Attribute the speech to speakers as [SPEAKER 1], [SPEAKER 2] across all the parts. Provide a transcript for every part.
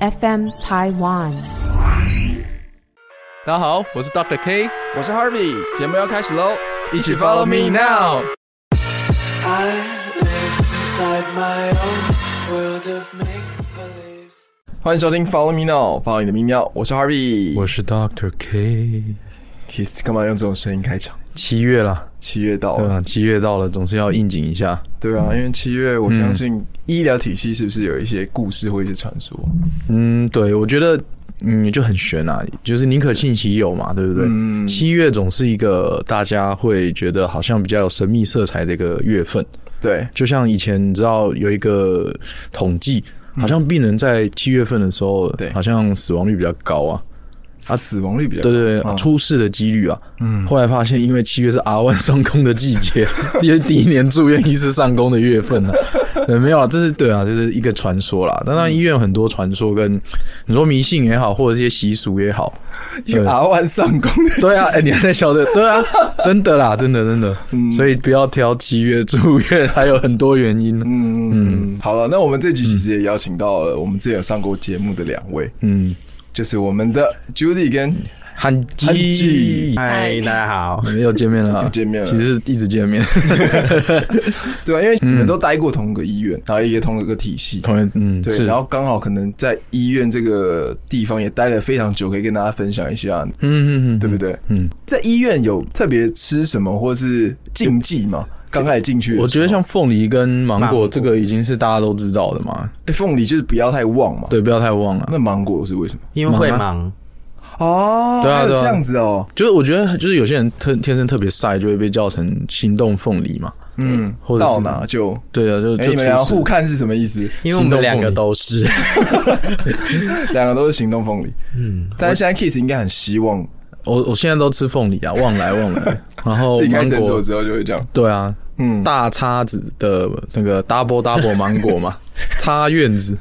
[SPEAKER 1] FM Taiwan。
[SPEAKER 2] 大家好，我是 Doctor K，
[SPEAKER 3] 我是 Harvey，节目要开始喽，
[SPEAKER 2] 一起 follow me now。
[SPEAKER 4] I live inside my own world of make believe.
[SPEAKER 3] 欢迎收听 Follow Me Now，Follow 你的 Me Now，我是 Harvey，
[SPEAKER 2] 是 Doctor K。
[SPEAKER 3] Kiss，干嘛用这种声音开场？
[SPEAKER 2] 七月了，
[SPEAKER 3] 七月到
[SPEAKER 2] 对
[SPEAKER 3] 了，
[SPEAKER 2] 吧？七月到了，总是要应景一下。
[SPEAKER 3] 对啊，因为七月，我
[SPEAKER 2] 嗯
[SPEAKER 3] 相信医疗体系是不是有一些故事或一些传说？
[SPEAKER 2] 嗯，对，我觉得嗯就很悬啊，就是宁可信其有嘛，对不对？
[SPEAKER 3] 嗯
[SPEAKER 2] 七月总是一个大家会觉得好像比较有神秘色彩的一个月份，
[SPEAKER 3] 对，
[SPEAKER 2] 就像以前你知道有一个统计，好像病人在七月份的时候，
[SPEAKER 3] 对
[SPEAKER 2] 好像死亡率比较高啊，
[SPEAKER 3] 啊，死亡率比较高
[SPEAKER 2] 对对对，
[SPEAKER 3] 嗯
[SPEAKER 2] 出事的几率啊。嗯，后来发现，因为七月是 R 1上 工的季节，因为第一年住院医师上工的月份呢、啊。对，没有啊，这是对啊，就是一个传说啦。当然，医院有很多传说跟你说迷信也好，或者一些习俗也好，
[SPEAKER 3] 因为
[SPEAKER 2] 对
[SPEAKER 3] R 1上工的，
[SPEAKER 2] 对啊，哎、你还在笑这？对啊，真的啦，真的真的。
[SPEAKER 3] 嗯
[SPEAKER 2] 所以不要挑七月住院，还有很多原因。
[SPEAKER 3] 嗯，好了，那我们这集其实也邀请到了我们之前有上过节目的两位，
[SPEAKER 2] 嗯，
[SPEAKER 3] 就是我们的 Judy 跟
[SPEAKER 2] 韩
[SPEAKER 3] 韩
[SPEAKER 2] 基
[SPEAKER 3] 基，
[SPEAKER 5] 嗨，大家好。
[SPEAKER 2] 我们又见面了啊，
[SPEAKER 3] 又见面了
[SPEAKER 2] 其实一直见面，
[SPEAKER 3] 对啊，因为你们都待过同一个医院，然后也同一个体系，
[SPEAKER 2] 同学，嗯，
[SPEAKER 3] 对，
[SPEAKER 2] 是
[SPEAKER 3] 然后刚好可能在医院这个地方也待了非常久，可以跟大家分享一下，
[SPEAKER 2] 嗯嗯嗯，
[SPEAKER 3] 对不对？
[SPEAKER 2] 嗯，
[SPEAKER 3] 在医院有特别吃什么或是禁忌吗？刚开始进去的时候，
[SPEAKER 2] 我觉得像凤梨跟芒
[SPEAKER 5] 芒
[SPEAKER 2] 果
[SPEAKER 5] 果
[SPEAKER 2] 这个已经是大家都知道的嘛，
[SPEAKER 3] 哎凤梨就是不要太旺嘛。
[SPEAKER 2] 对，不要太忘了。
[SPEAKER 3] 那芒果是为什么？
[SPEAKER 5] 因为会
[SPEAKER 3] 啊
[SPEAKER 5] 忙，
[SPEAKER 3] 哦，
[SPEAKER 2] 对啊
[SPEAKER 3] 还有
[SPEAKER 2] 对啊
[SPEAKER 3] 这样子哦，
[SPEAKER 2] 就是我觉得，就是有些人特天生特别晒，就会被叫成心动凤梨嘛。
[SPEAKER 3] 嗯
[SPEAKER 2] 或，者是
[SPEAKER 3] 到哪就。
[SPEAKER 2] 对啊，就
[SPEAKER 3] 哎，
[SPEAKER 2] 就
[SPEAKER 3] 你们俩
[SPEAKER 2] 出
[SPEAKER 3] 互
[SPEAKER 2] 事。
[SPEAKER 3] 看是什么 意思？
[SPEAKER 5] 因为我们两个都是。
[SPEAKER 3] 两个都是行动凤梨。嗯，但是现在 Kiss 应该很希望
[SPEAKER 2] 我我现在都吃凤梨啊，忘来忘 来。然后
[SPEAKER 3] 自己开
[SPEAKER 2] 芒
[SPEAKER 3] 诊所
[SPEAKER 2] 果，
[SPEAKER 3] 之后就会这样。
[SPEAKER 2] 对啊，
[SPEAKER 3] 嗯，
[SPEAKER 2] 大叉子的那个 double double 芒果 嘛，插院子。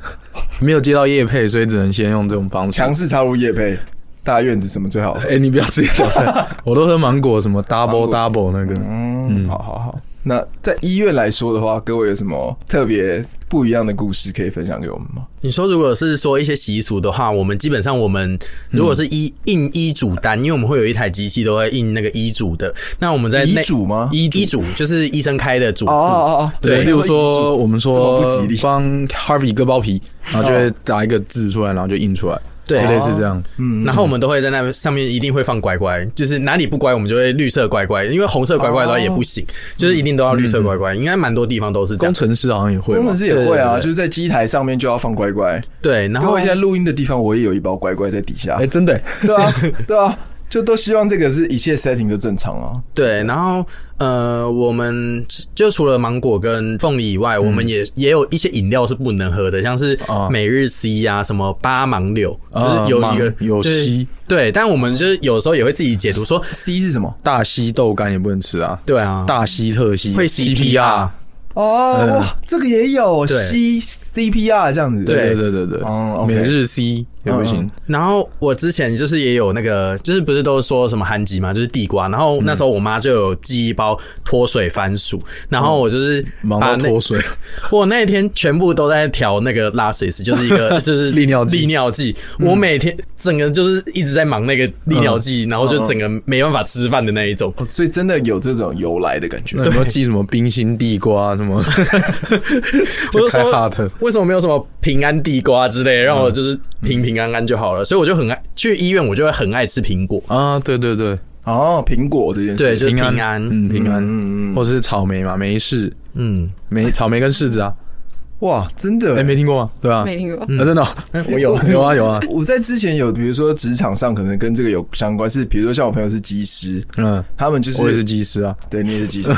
[SPEAKER 2] 没有接到叶配，所以只能先用这种方式。
[SPEAKER 3] 强势插入叶配，大院子什么最好？
[SPEAKER 2] 哎、你不要直接挑战，我都喝芒果什么 double
[SPEAKER 3] 芒
[SPEAKER 2] double
[SPEAKER 3] 果
[SPEAKER 2] 那个。
[SPEAKER 3] 嗯，好好好。那在医院来说的话，各位有什么特别不一样的故事可以分享给我们吗？
[SPEAKER 5] 你说如果是说一些习俗的话，我们基本上我
[SPEAKER 3] 嗯
[SPEAKER 5] 们如果是医印医嘱单，因为我们会有一台机器都会印那个医嘱的。呃那我们在内
[SPEAKER 3] 遗嘱吗
[SPEAKER 5] 医医嘱就是医生开的嘱付。
[SPEAKER 3] 哦哦，
[SPEAKER 2] 对，例如说我们说
[SPEAKER 3] 这么不吉利
[SPEAKER 2] 帮 Harvey 割包皮，然后就会打一个字出来，然后就印出来，
[SPEAKER 5] 对
[SPEAKER 2] 类似这样。
[SPEAKER 3] 哦嗯
[SPEAKER 5] 然后我们都会在那上面一定会放乖乖，就是哪里不乖我们就会绿色乖乖，因为红色乖乖的话也不行，
[SPEAKER 3] 哦
[SPEAKER 5] 就是一定都要
[SPEAKER 3] 嗯
[SPEAKER 5] 绿色乖乖。应该蛮多地方都是这
[SPEAKER 2] 工
[SPEAKER 5] 样。
[SPEAKER 2] 程师好像也会嘛，
[SPEAKER 3] 工程师也会啊，
[SPEAKER 5] 对对对
[SPEAKER 3] 就是在机台上面就要放乖乖。
[SPEAKER 5] 对，然
[SPEAKER 3] 各
[SPEAKER 5] 后
[SPEAKER 3] 位现在录音的地方，我也有一包乖乖在底下
[SPEAKER 2] 哎、。真的、
[SPEAKER 3] 对啊，对啊，就都希望这个是一切 setting 都正常啊。
[SPEAKER 5] 对，然后呃，我们就除了芒果跟凤梨以外，我们也也有一些饮料是不能喝的，像是
[SPEAKER 2] 嗯啊
[SPEAKER 5] 每日 C 呀、什么八芒柳，
[SPEAKER 2] 啊
[SPEAKER 5] 就是有一个
[SPEAKER 2] 芒有
[SPEAKER 5] 就是
[SPEAKER 2] 烯
[SPEAKER 5] 对，但我们就是有时候也会自己解读说，
[SPEAKER 3] C 是什么？
[SPEAKER 2] 大西豆干也不能吃啊，
[SPEAKER 5] 对啊，
[SPEAKER 2] 大西特西
[SPEAKER 5] 会
[SPEAKER 2] CPR，
[SPEAKER 5] CPR
[SPEAKER 3] 哦，哇，这个也有
[SPEAKER 5] 对
[SPEAKER 3] C CPR 这样子。
[SPEAKER 2] 对对对对对，
[SPEAKER 3] 哦，OK
[SPEAKER 2] 每日 C 也不行
[SPEAKER 3] 嗯，
[SPEAKER 5] 然后我之前就是也有那个，就是不是都说什么韩籍嘛，就是地瓜。然后那
[SPEAKER 2] 嗯
[SPEAKER 5] 时候我妈就有寄一包脱水番薯，然后我就是
[SPEAKER 2] 哦忙
[SPEAKER 5] 把
[SPEAKER 2] 到
[SPEAKER 5] 那
[SPEAKER 2] 脱水，
[SPEAKER 3] 啊
[SPEAKER 5] 我那天全部都在调那个 Lassis，就是一 个就是
[SPEAKER 2] 利尿剂嗯
[SPEAKER 5] 利尿剂。我每天整个就是一直在忙那个利尿
[SPEAKER 2] 嗯
[SPEAKER 5] 剂，然后就整个没办法吃饭的那一种。
[SPEAKER 3] 哦，所以真的有这种由来的感觉
[SPEAKER 2] 那。有没有记什么冰心地瓜什 么？嗯开
[SPEAKER 5] 我就
[SPEAKER 2] 嗯
[SPEAKER 5] 说
[SPEAKER 2] hot
[SPEAKER 5] 为什么没有什么平安地瓜之类，让我就是平平安安就好了。所以我就很爱去医院，我就会很爱吃苹果。
[SPEAKER 2] 啊，对对对，
[SPEAKER 3] 哦，苹果这件事。
[SPEAKER 5] 对，就是平
[SPEAKER 2] 平
[SPEAKER 5] 安。
[SPEAKER 2] 嗯，平安，
[SPEAKER 3] 嗯嗯嗯
[SPEAKER 2] 或者是草莓嘛，没事，
[SPEAKER 5] 嗯，
[SPEAKER 2] 莓草莓跟柿子啊，
[SPEAKER 3] 哇，真的
[SPEAKER 2] 哎、没听过吗？对吧、啊？
[SPEAKER 1] 没听过，
[SPEAKER 2] 啊，真的哦、 我有有啊有啊，
[SPEAKER 3] 我在之前有，比如说职场上可能跟这个有相关，是比如说像我朋友是技师，
[SPEAKER 2] 嗯，
[SPEAKER 3] 他们就
[SPEAKER 2] 我也是
[SPEAKER 3] 是
[SPEAKER 2] 技师啊。
[SPEAKER 3] 对，你也是 技师，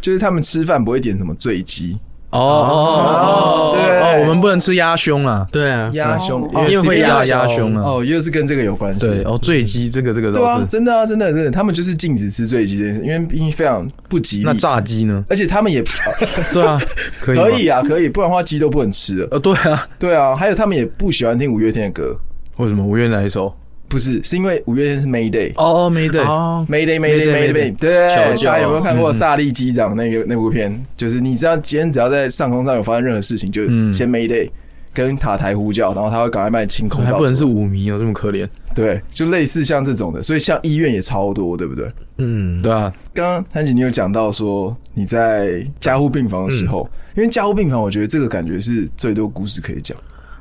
[SPEAKER 3] 就是他们吃饭不会点什么醉鸡、
[SPEAKER 2] 哦哦哦哦哦，我们不能吃鸭胸啊，
[SPEAKER 5] 对啊，
[SPEAKER 3] 鸭胸，
[SPEAKER 1] 哦
[SPEAKER 2] 因为会
[SPEAKER 5] 鸭
[SPEAKER 2] 压鸭胸啊。
[SPEAKER 3] 哦，又是跟这个有关系。
[SPEAKER 2] 对，哦，醉鸡这个这个
[SPEAKER 3] 对
[SPEAKER 2] 倒
[SPEAKER 3] 啊，
[SPEAKER 2] 是。
[SPEAKER 3] 真的啊，真的真的，他们就是禁止吃醉鸡这件事，因为毕竟非常不吉
[SPEAKER 2] 那
[SPEAKER 3] 利。
[SPEAKER 2] 炸鸡 呢？
[SPEAKER 3] 而且他们也
[SPEAKER 2] 对啊，可以吗
[SPEAKER 3] 可以啊，可以，不然的话鸡都不能吃了。
[SPEAKER 2] 呃，对啊，
[SPEAKER 3] 对啊，还有他们也不喜欢听五月天的歌，
[SPEAKER 2] 为什么五月哪一首？
[SPEAKER 3] 不是，是因为五月天是 Mayday。
[SPEAKER 2] 哦哦，没对，
[SPEAKER 5] 哦，
[SPEAKER 3] Mayday Mayday
[SPEAKER 2] Mayday,
[SPEAKER 3] Mayday，
[SPEAKER 2] Mayday
[SPEAKER 3] 对，
[SPEAKER 5] 求救嗯
[SPEAKER 3] 大家有没有看过《萨利机
[SPEAKER 5] 嗯
[SPEAKER 3] 长》那个那部片？就是你知道，今天只要在上空上有发生任何事情，就先 Mayday，跟塔台呼叫，然后他会赶快把你清空
[SPEAKER 2] 还
[SPEAKER 3] 到。
[SPEAKER 2] 不能是舞迷哦，这么可怜。
[SPEAKER 3] 对，就类似像这种的，所以像医院也超多，对不对？
[SPEAKER 5] 嗯，
[SPEAKER 2] 对啊，
[SPEAKER 3] 刚刚潘姐你有讲到说你在加护病房的时候，因为加护病房，我觉得这个感觉是最多故事可以讲。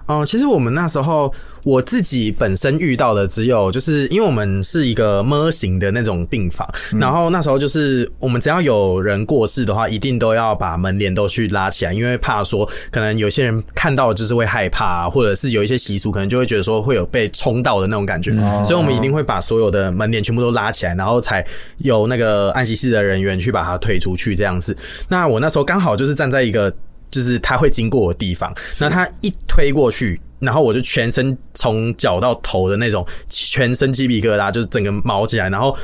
[SPEAKER 5] 哦、其实我们那时候我自己本身遇到的只有，就是因为我们是一个么型的那种病房，然后那时候就是我们只要有人过世的话，一定都要把门帘都去拉起来，因为怕说可能有些人看到就是会害怕、啊或者是有一些习俗，可能就会觉得说会有被冲到的那种感觉，所以我们一定会把所有的门帘全部都拉起来，然后才有那个安息室的人员去把它推出去这样子。那我那时候刚好就是站在一个。就是他会经过我的地方，那他一推过去，然后我就全身从脚到头的那种全身鸡皮疙瘩，就是整个毛起来，然后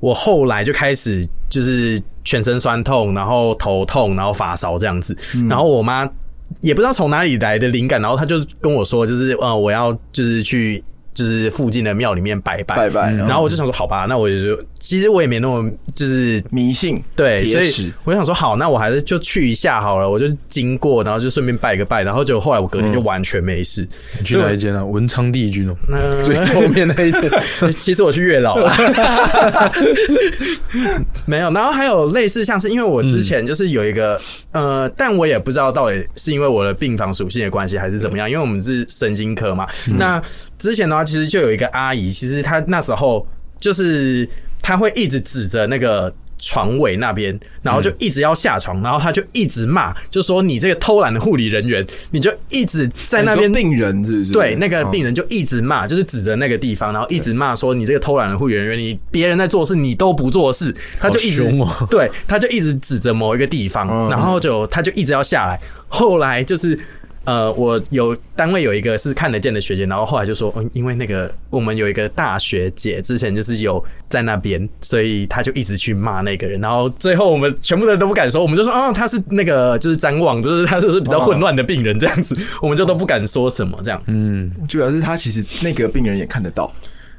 [SPEAKER 5] 我后来就开始就是全身酸痛，然后头痛，然后发烧这样子，
[SPEAKER 3] 嗯
[SPEAKER 5] 然后我妈也不知道从哪里来的灵感，然后她就跟我说，就是呃，我要就是去。就是附近的庙里面拜拜，
[SPEAKER 3] 拜拜嗯
[SPEAKER 5] 然后我就想说，好吧，那我就其实我也没那么就是
[SPEAKER 3] 迷信，
[SPEAKER 5] 对，所
[SPEAKER 3] 铁
[SPEAKER 5] 以
[SPEAKER 3] 齿
[SPEAKER 5] 我想说，好，那我还是就去一下好了，我就经过，然后就顺便拜个拜，然后就后来我隔天就完全没事。
[SPEAKER 2] 你去哪一间啊？文昌帝 君哦，
[SPEAKER 5] 那
[SPEAKER 2] 最后面那 一间。
[SPEAKER 5] 其实我去月老了， 没有。然后还有类似像是因为我之前就是有一个、呃，但我也不知道到底是因为我的病房属性的关系还是怎么样，因为我们是神经科嘛。那之前的话，其实就有一个阿姨，其实她那时候就是她会一直指着那个。床尾那边，然后就一直要下床，然后她就一直骂，就说你这个偷懒的护理人员，你就一直在那边
[SPEAKER 3] 你说病人是不哦是？
[SPEAKER 5] 对，那个病人就一直骂，就是指着那个地方，然后一直骂说你这个偷懒的护理人员，你别人在做事你都不做事，他就一直
[SPEAKER 2] 好凶哦
[SPEAKER 5] 对，他就一直指着某一个地方，
[SPEAKER 3] 嗯
[SPEAKER 5] 然后就他就一直要下来，后来就是。呃，我有单位有一个是看得见的学姐，然后后来就说，嗯，因为那个我们有一个大学姐之前就是有在那边，所以她就一直去骂那个人，然后最后我们全部的人都不敢说，我们就说，哦，她是那个就是张望，就是她就是比较混乱的病人这样子，我们就都不敢说什么这样。
[SPEAKER 3] 哦就表示他其实那个病人也看得到。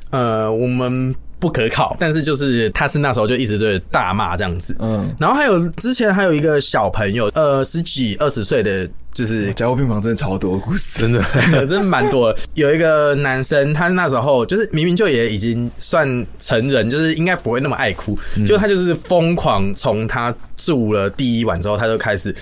[SPEAKER 5] 呃，我们不可靠，但是就是他是那时候就一直对大骂这样子。
[SPEAKER 3] 嗯，
[SPEAKER 5] 然后还有之前还有一个小朋友，呃，十几二十岁的，就是
[SPEAKER 3] 加护病房真的超多故事，真的。
[SPEAKER 5] 真的蛮多的。有一个男生，他那时候就是明明就也已经算成人，就是应该不会那么爱哭，
[SPEAKER 3] 嗯
[SPEAKER 5] 就他就是疯狂从他住了第一晚之后，他就开始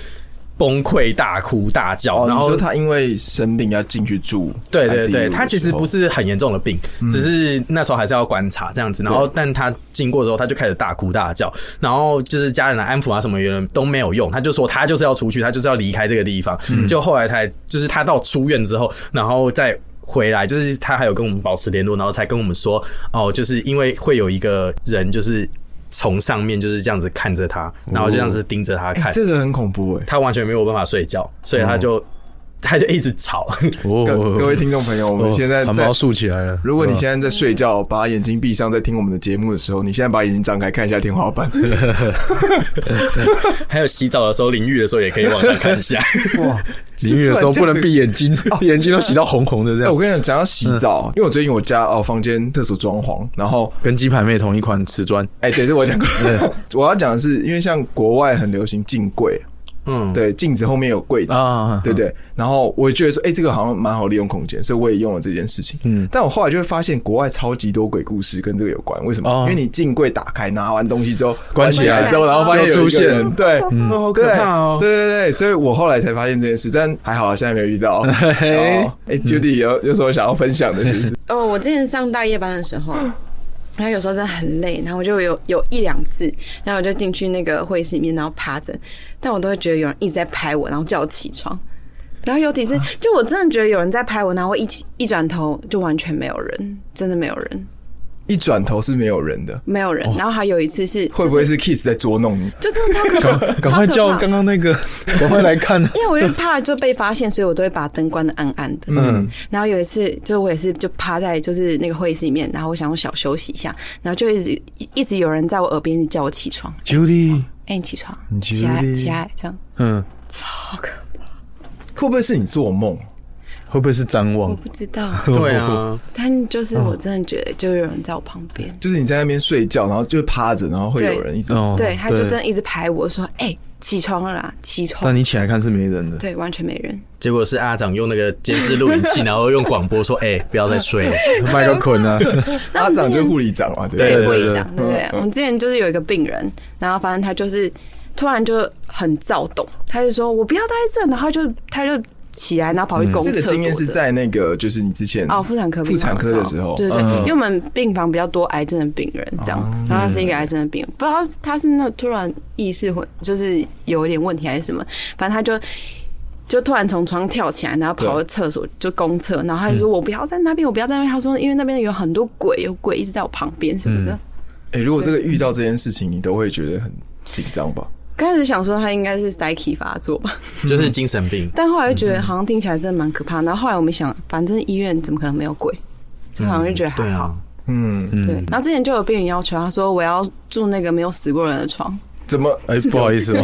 [SPEAKER 5] 崩溃大哭大叫，
[SPEAKER 3] 哦，然
[SPEAKER 5] 然后
[SPEAKER 3] 后他因为生病要进去住，
[SPEAKER 5] 对对对，
[SPEAKER 3] ICU
[SPEAKER 5] 他其实不
[SPEAKER 3] 的时嗯
[SPEAKER 5] 是很严重的病，只是那时候还是要观察这样子。然后，但他经过之后，他就开始大哭大叫，然后就是家人的安抚啊什么的都没有用，他就说他就是要出去，他就是要离开这个地方。
[SPEAKER 3] 嗯
[SPEAKER 5] 就后来才就是他到出院之后，然后再。回来就是他还有跟我们保持联络，然后才跟我们说哦，就是因为会有一个人就是从上面就是这样子看着他，然后就这样子盯着他
[SPEAKER 3] 候，
[SPEAKER 5] 看，
[SPEAKER 3] 哦哎这嗯个很恐怖哎、
[SPEAKER 5] 他完全没有办法睡觉，所以他就、他就一直吵，
[SPEAKER 2] 哦
[SPEAKER 3] 各各位听众朋友，我
[SPEAKER 2] 哦
[SPEAKER 3] 们现在
[SPEAKER 2] 汗
[SPEAKER 3] 在
[SPEAKER 2] 毛。竖起来了。哦
[SPEAKER 3] 如果
[SPEAKER 5] 嗯
[SPEAKER 3] 你现在在睡觉，把眼睛闭上，在听我们的节目的时候，你现在把眼睛张开看一下天花 板，
[SPEAKER 5] 还有洗澡的时候、淋浴的时候也可以往上看一下。
[SPEAKER 3] 哇！
[SPEAKER 2] 淋浴的时候不能闭眼 睛，眼睛都洗到红红的这
[SPEAKER 3] 哎、我
[SPEAKER 2] 样。
[SPEAKER 3] 跟你讲，讲到
[SPEAKER 5] 嗯
[SPEAKER 3] 洗澡，因为我最近我家哦房间厕所装潢，然后
[SPEAKER 2] 跟鸡排妹同一款瓷砖，
[SPEAKER 3] 哎、对，这我讲过。 我要讲的是，因为像国外很流行镜柜，
[SPEAKER 5] 嗯，
[SPEAKER 3] 对，镜子后面有柜子，
[SPEAKER 2] 啊
[SPEAKER 3] 对对。然后我觉得说，哎、这个好像蛮好利用空间，所以我也用了这件事情。嗯，但我后来就会发现，国外超级多鬼故事跟这个有关。为什么？
[SPEAKER 2] 哦
[SPEAKER 3] 因为你镜柜打开，拿完东西之后
[SPEAKER 2] 关起来
[SPEAKER 3] 关之后，然后发现
[SPEAKER 2] 又
[SPEAKER 3] 有一
[SPEAKER 2] 出
[SPEAKER 3] 个
[SPEAKER 2] 现
[SPEAKER 3] 人对，
[SPEAKER 5] 哦好
[SPEAKER 3] 对
[SPEAKER 5] 可怕哦
[SPEAKER 3] 对对对，所以我后来才发现这件事，但还好现在没有遇到。 哦哎、j u d y 有有什么想要分享的？是不是
[SPEAKER 1] 哦，我之前上大夜班的时候，然后有时候真的很累，然后我就有有一两次，然后我就进去那个会议室里面，然后趴着，但我都会觉得有人一直在拍我，然后叫我起床。然后有几次，就我真的觉得有人在拍我，然后我一起一转头就完全没有人，真的没有人，
[SPEAKER 3] 一转头是没有人的，
[SPEAKER 1] 没有人。然后还有一次是，
[SPEAKER 3] 会不会是 Kiss 在捉弄你？
[SPEAKER 1] 就真的超可怕，超可
[SPEAKER 2] 赶快叫
[SPEAKER 1] 怕
[SPEAKER 2] 刚刚那个， 赶快来看。啊
[SPEAKER 1] 因为我就怕就被发现，所以我都会把灯关的暗暗的。嗯，然后有一次，就是我也是就趴在就是那个会议室里面，然后我想我小休息一下，然后就一直一一直有人在我耳边一直叫我起床，
[SPEAKER 2] Judy，
[SPEAKER 1] 哎、你起床，
[SPEAKER 3] 你起
[SPEAKER 1] 起来
[SPEAKER 3] 来
[SPEAKER 1] 起来，这样
[SPEAKER 2] 嗯，
[SPEAKER 1] 好可怕，
[SPEAKER 3] 会不会是你做梦？
[SPEAKER 2] 会不会是张
[SPEAKER 1] 我
[SPEAKER 2] 望？
[SPEAKER 1] 不知道，
[SPEAKER 5] 对啊，
[SPEAKER 1] 但就是我真的觉得就有人在我旁边，
[SPEAKER 3] 就是你在那边睡觉，然后就趴着，然后会有人一直
[SPEAKER 2] 哦
[SPEAKER 1] 对，他就
[SPEAKER 2] 对
[SPEAKER 1] 真的一直拍我说，哎、起床了啦，起床
[SPEAKER 2] 但。你起来看是没人的。
[SPEAKER 1] 对，完全没人。
[SPEAKER 5] 结果是阿长用那个监视录影器，然后用广播说：“哎、不要再睡 了。
[SPEAKER 2] 麦克困 啊，
[SPEAKER 3] 阿长就是护理长嘛，对不嗯
[SPEAKER 1] 对，
[SPEAKER 3] 对
[SPEAKER 1] 不
[SPEAKER 3] 对
[SPEAKER 1] 一样，对不对？我们之前就是有一个病人，然后反正他就是突然就很躁动，他就说我不要待在这，然后就他就起来，然后跑去公厕、
[SPEAKER 3] 嗯这个经验是在那个就是你之前
[SPEAKER 1] 哦妇产科病
[SPEAKER 3] 妇产
[SPEAKER 1] 房
[SPEAKER 3] 科的时候，
[SPEAKER 1] 对
[SPEAKER 3] 嗯
[SPEAKER 1] 对
[SPEAKER 3] 哦
[SPEAKER 1] 对，因为我们病房比较多癌症的病人，这样，然后他是一个癌症的病人，不知道他是他是那突然意识混，就是有一点问题还是什么，反正他就。就突然从床跳起来，然后跑到厕所，就公厕，然后他就说：“
[SPEAKER 3] 嗯
[SPEAKER 1] 我不要在那边，我不要在那边。”他说：“因为那边有很多鬼，有鬼一直在我旁边什么的。
[SPEAKER 3] 哎，如果这个遇到这件事情，你都会觉得很紧张吧？
[SPEAKER 1] 刚开始想说他应该是 psyche 发作吧，”
[SPEAKER 5] 就是精神病，
[SPEAKER 1] 但后来就觉得好像听起来真的蛮可怕。然后后来我们想，反正医院怎么可能没有鬼？所以好像就觉得
[SPEAKER 5] 对
[SPEAKER 1] 还好
[SPEAKER 5] 啊。，
[SPEAKER 3] 嗯，
[SPEAKER 1] 对，然后之前就有病人要求，他说我要住那个没有死过人的床，
[SPEAKER 3] 怎么
[SPEAKER 2] 哎，不好意 思哦，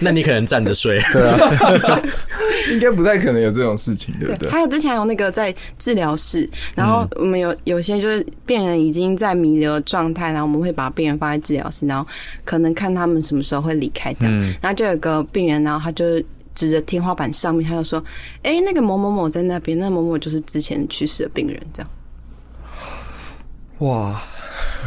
[SPEAKER 5] 那你可能站着睡，
[SPEAKER 3] 应该不太可能有这种事情，对不对？
[SPEAKER 1] 还有之前还有那个在治疗室，然后我们有有些就是病人已经在弥留的状态，然后我们会把病人放在治疗室，然后可能看他们什么时候会离开这样。
[SPEAKER 3] 嗯
[SPEAKER 1] 然后就有个病人，然后他就指着天花板上面，他就说：“哎、那个某某某在那边，那某某就是之前去世的病人。”这样，
[SPEAKER 3] 哇，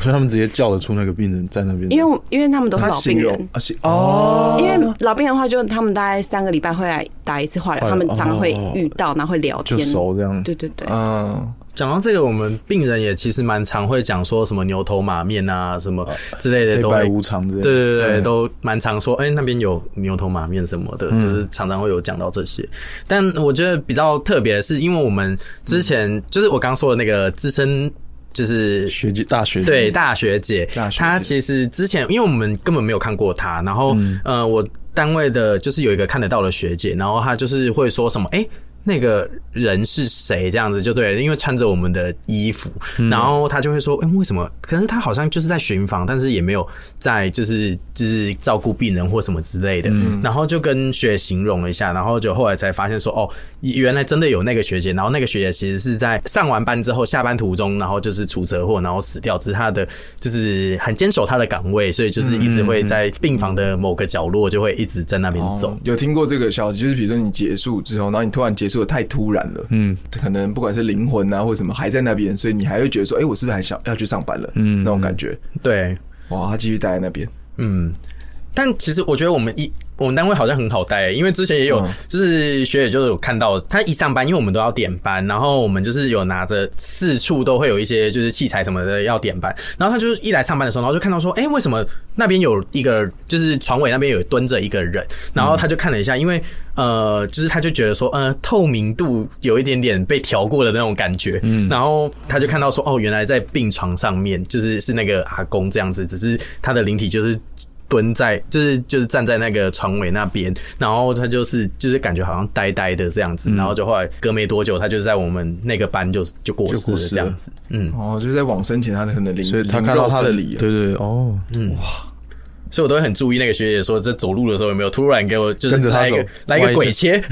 [SPEAKER 2] 所以他们直接叫得出那个病人在那边。
[SPEAKER 1] 因为我因为他们都是
[SPEAKER 3] 他
[SPEAKER 1] 老
[SPEAKER 3] 形
[SPEAKER 1] 病
[SPEAKER 3] 容
[SPEAKER 1] 人。
[SPEAKER 3] 啊，形哦，
[SPEAKER 1] 因为老病人的话，就他们大概三个礼拜会来打一次化疗，
[SPEAKER 2] 化疗
[SPEAKER 1] 他们常常会
[SPEAKER 2] 哦
[SPEAKER 1] 遇到，然后会聊
[SPEAKER 2] 就
[SPEAKER 1] 天，
[SPEAKER 3] 哦
[SPEAKER 2] 熟这样。
[SPEAKER 1] 对对对，
[SPEAKER 3] 嗯，
[SPEAKER 5] 讲到这个，我们病人也其实蛮常会讲说什么牛头马面啊，什么之类的
[SPEAKER 2] 黑
[SPEAKER 5] 都
[SPEAKER 2] 白
[SPEAKER 5] 会。
[SPEAKER 2] 无常这样。
[SPEAKER 5] 对对对，对都蛮常说，哎、那边有牛头马面什么的，就是常常会有讲到这些。但我觉得比较特别的是，因为我们之前、就是我刚说的那个资深，就是
[SPEAKER 2] 学姐大学姐
[SPEAKER 5] 对，大学姐，
[SPEAKER 3] 大学姐
[SPEAKER 5] 她其实之前因为我们根本没有看过她，然后、
[SPEAKER 3] 嗯
[SPEAKER 5] 呃，我单位的就是有一个看得到的学姐，然后她就是会说什么，哎、那个人是谁？这样子就对了，因为穿着我们的衣服，
[SPEAKER 3] 嗯
[SPEAKER 5] 然后她就会说：“哎、为什么？可是她好像就是在巡房，但是也没有在就是就是照顾病人或什么之类的。然后就跟学姐形容了一下，然后就后来才发现说，哦，原来真的有那个学姐，然后那个学姐其实是在上完班之后，下班途中，然后就是出车祸，然后死掉，只是她的就是很坚守她的岗位，所以就是一直会在病房的某个角落，就会一直在那边走。
[SPEAKER 3] 有听过这个消息，就是比如说你结束之后，然后你突然结束的太突然了，嗯，可能不管是灵魂啊或什么还在那边，所以你还会觉得说，哎、我是不是还想要去上班了？嗯，那种感觉，
[SPEAKER 5] 对，
[SPEAKER 3] 哇，他继续待在那边，
[SPEAKER 5] 嗯，但其实我觉得我们一我们单位好像很好带、因为之前也有、就是学姐就是有看到她一上班，因为我们都要点班，然后我们就是有拿着四处都会有一些就是器材什么的要点班，然后她就是一来上班的时候，然后就看到说，哎、为什么那边有一个就是床尾那边有蹲着一个人，然后她就看了一下，因为呃，就是她就觉得说，呃，透明度有一点点被调过的那种感觉，然后她就看到说，哦，原来在病床上面就是是那个阿公这样子，只是他的灵体就是。蹲在，就是就是站在那个床尾那边，然后他就是就是感觉好像呆呆的这样
[SPEAKER 2] 嗯
[SPEAKER 5] 子，然后就后来隔没多久，他就是在我们那个班就就过世
[SPEAKER 2] 就过
[SPEAKER 5] 了
[SPEAKER 2] 世了
[SPEAKER 5] 这样子，嗯，
[SPEAKER 3] 哦，就是在往生前他可能灵，
[SPEAKER 2] 所以他看到他的
[SPEAKER 3] 理
[SPEAKER 2] 对，对对哦，
[SPEAKER 5] 所以我都会很注意那个学姐说，这走路的时候有没有突然给我就是
[SPEAKER 2] 跟着她
[SPEAKER 5] 来一个
[SPEAKER 2] 走
[SPEAKER 5] 来一
[SPEAKER 2] 歪
[SPEAKER 5] 个
[SPEAKER 2] 一
[SPEAKER 5] 鬼
[SPEAKER 2] 下
[SPEAKER 5] 切，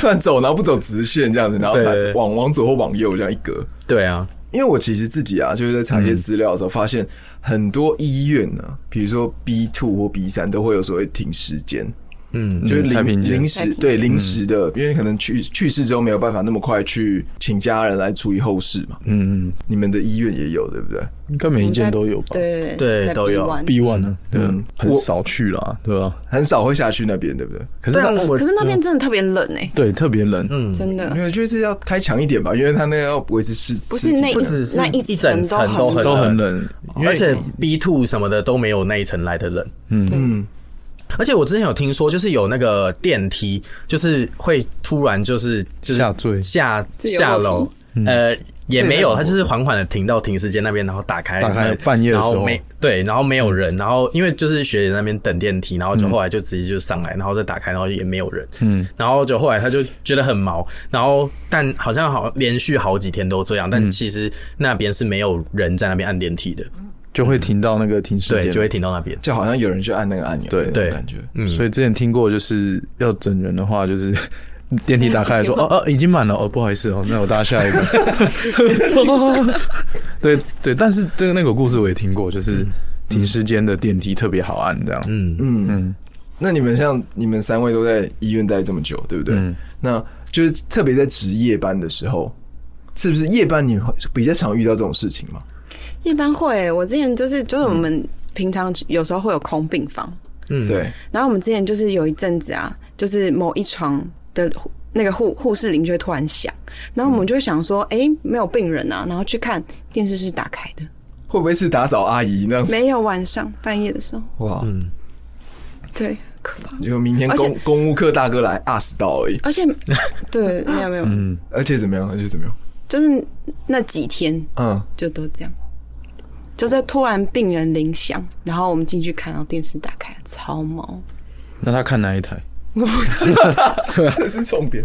[SPEAKER 3] 突然走，然后不走直线这样子，然后
[SPEAKER 5] 对
[SPEAKER 3] 他
[SPEAKER 5] 对对
[SPEAKER 3] 往往左或往右这样一格。
[SPEAKER 5] 对啊，
[SPEAKER 3] 因为我其实自己啊，就是在查一些资料的时候，发现很多医院呢、比如说 B two 或 B 三都会有所谓停时间，
[SPEAKER 5] 嗯，
[SPEAKER 3] 就是
[SPEAKER 2] 太平
[SPEAKER 3] 临
[SPEAKER 2] 间
[SPEAKER 3] 临
[SPEAKER 1] 太
[SPEAKER 3] 时
[SPEAKER 1] 平
[SPEAKER 3] 对临时的，因为可能去去世之后没有办法那么快去请家人来处理后事嘛。
[SPEAKER 2] 嗯，嗯
[SPEAKER 3] 你们的医院也有对不对？
[SPEAKER 2] 应该每一件都有吧？
[SPEAKER 1] 对
[SPEAKER 5] 对
[SPEAKER 1] 在
[SPEAKER 5] 都有
[SPEAKER 1] B1
[SPEAKER 2] ，B one 呢？对
[SPEAKER 3] 嗯，
[SPEAKER 2] 很
[SPEAKER 3] 我
[SPEAKER 2] 少去啦，对吧？
[SPEAKER 3] 很少会下去那边，对不对？
[SPEAKER 2] 可是
[SPEAKER 5] 但
[SPEAKER 2] 那嗯
[SPEAKER 5] 我
[SPEAKER 1] 啊可是那边真的特别冷哎、
[SPEAKER 2] 对特别冷，
[SPEAKER 5] 嗯，
[SPEAKER 1] 真的
[SPEAKER 3] 没有，就是要开强一点吧，因为他那个要维持尸
[SPEAKER 1] 啊不是那
[SPEAKER 3] 尸体
[SPEAKER 1] 一
[SPEAKER 5] 不只是
[SPEAKER 1] 那一
[SPEAKER 5] 一整
[SPEAKER 1] 层
[SPEAKER 5] 层都
[SPEAKER 1] 很
[SPEAKER 5] 很
[SPEAKER 2] 都很冷，因
[SPEAKER 5] 而
[SPEAKER 2] 为
[SPEAKER 5] 且 B two 什么的都没有那一层来的冷。
[SPEAKER 3] 嗯，
[SPEAKER 5] 而且我之前有听说，就是有那个电梯，就是会突然就是就是
[SPEAKER 2] 下坠嗯
[SPEAKER 5] 下
[SPEAKER 1] 自由落体
[SPEAKER 5] 下楼，呃，也没
[SPEAKER 3] 自由落体
[SPEAKER 5] 有，它就是缓缓的停到停尸间那边，然后打开
[SPEAKER 2] 打开
[SPEAKER 5] 门
[SPEAKER 2] 半夜的时候嗯
[SPEAKER 5] 然后没对，然后没有人，然后因为就是学姐那边等电梯，然后就后来就直接就上来，然后再打开，然后也没有人，嗯，然后就后来他就觉得很毛，然后但好像好连续好几天都这样，
[SPEAKER 2] 嗯
[SPEAKER 5] 但其实那边是没有人在那边按电梯的，
[SPEAKER 2] 就会停到那个停尸
[SPEAKER 5] 对，
[SPEAKER 2] 间，
[SPEAKER 5] 就会停到那边，
[SPEAKER 3] 就好像有人去按那个按钮，
[SPEAKER 2] 对
[SPEAKER 5] 对
[SPEAKER 3] 感觉。
[SPEAKER 5] 嗯
[SPEAKER 2] 所以之前听过，就是要整人的话，就是 电梯打开来说，哦哦，已经满了，哦，不好意思哦，那我搭下一个。 对对，但是这个那个故事我也听过，就是停尸间的电梯特别好按，这样。
[SPEAKER 5] 嗯，
[SPEAKER 3] 嗯嗯，那你们像你们三位都在医院待这么久，对不对？
[SPEAKER 5] 嗯
[SPEAKER 3] 那就是特别在值夜班的时候，是不是夜班你会比较常遇到这种事情嘛？
[SPEAKER 1] 一般会，我之前就是就是我们平常有时候会有空病房，
[SPEAKER 5] 嗯，
[SPEAKER 3] 对，
[SPEAKER 1] 然后我们之前就是有一阵子啊，就是某一床的护那个护护士铃就会突然响，然后我们就会想说，哎、没有病人啊，然后去看电视是打开的，
[SPEAKER 3] 会不会是打扫阿姨 那样子？
[SPEAKER 1] 没有晚上半夜的时候，
[SPEAKER 3] 哇，
[SPEAKER 5] 嗯
[SPEAKER 1] 对，可怕。
[SPEAKER 3] 就明天
[SPEAKER 1] 而且
[SPEAKER 3] 公公务课大哥来啊死到而已，
[SPEAKER 1] 而且，对，没有没有，
[SPEAKER 2] 嗯
[SPEAKER 3] 而且怎么样？而且怎么样？
[SPEAKER 1] 就是那几天
[SPEAKER 3] 嗯，
[SPEAKER 1] 就都这样，就是突然病人铃响，然后我们进去看，然后电视打开，超毛。
[SPEAKER 2] 那他看哪一台？
[SPEAKER 3] 这是重
[SPEAKER 5] 啊
[SPEAKER 3] 点。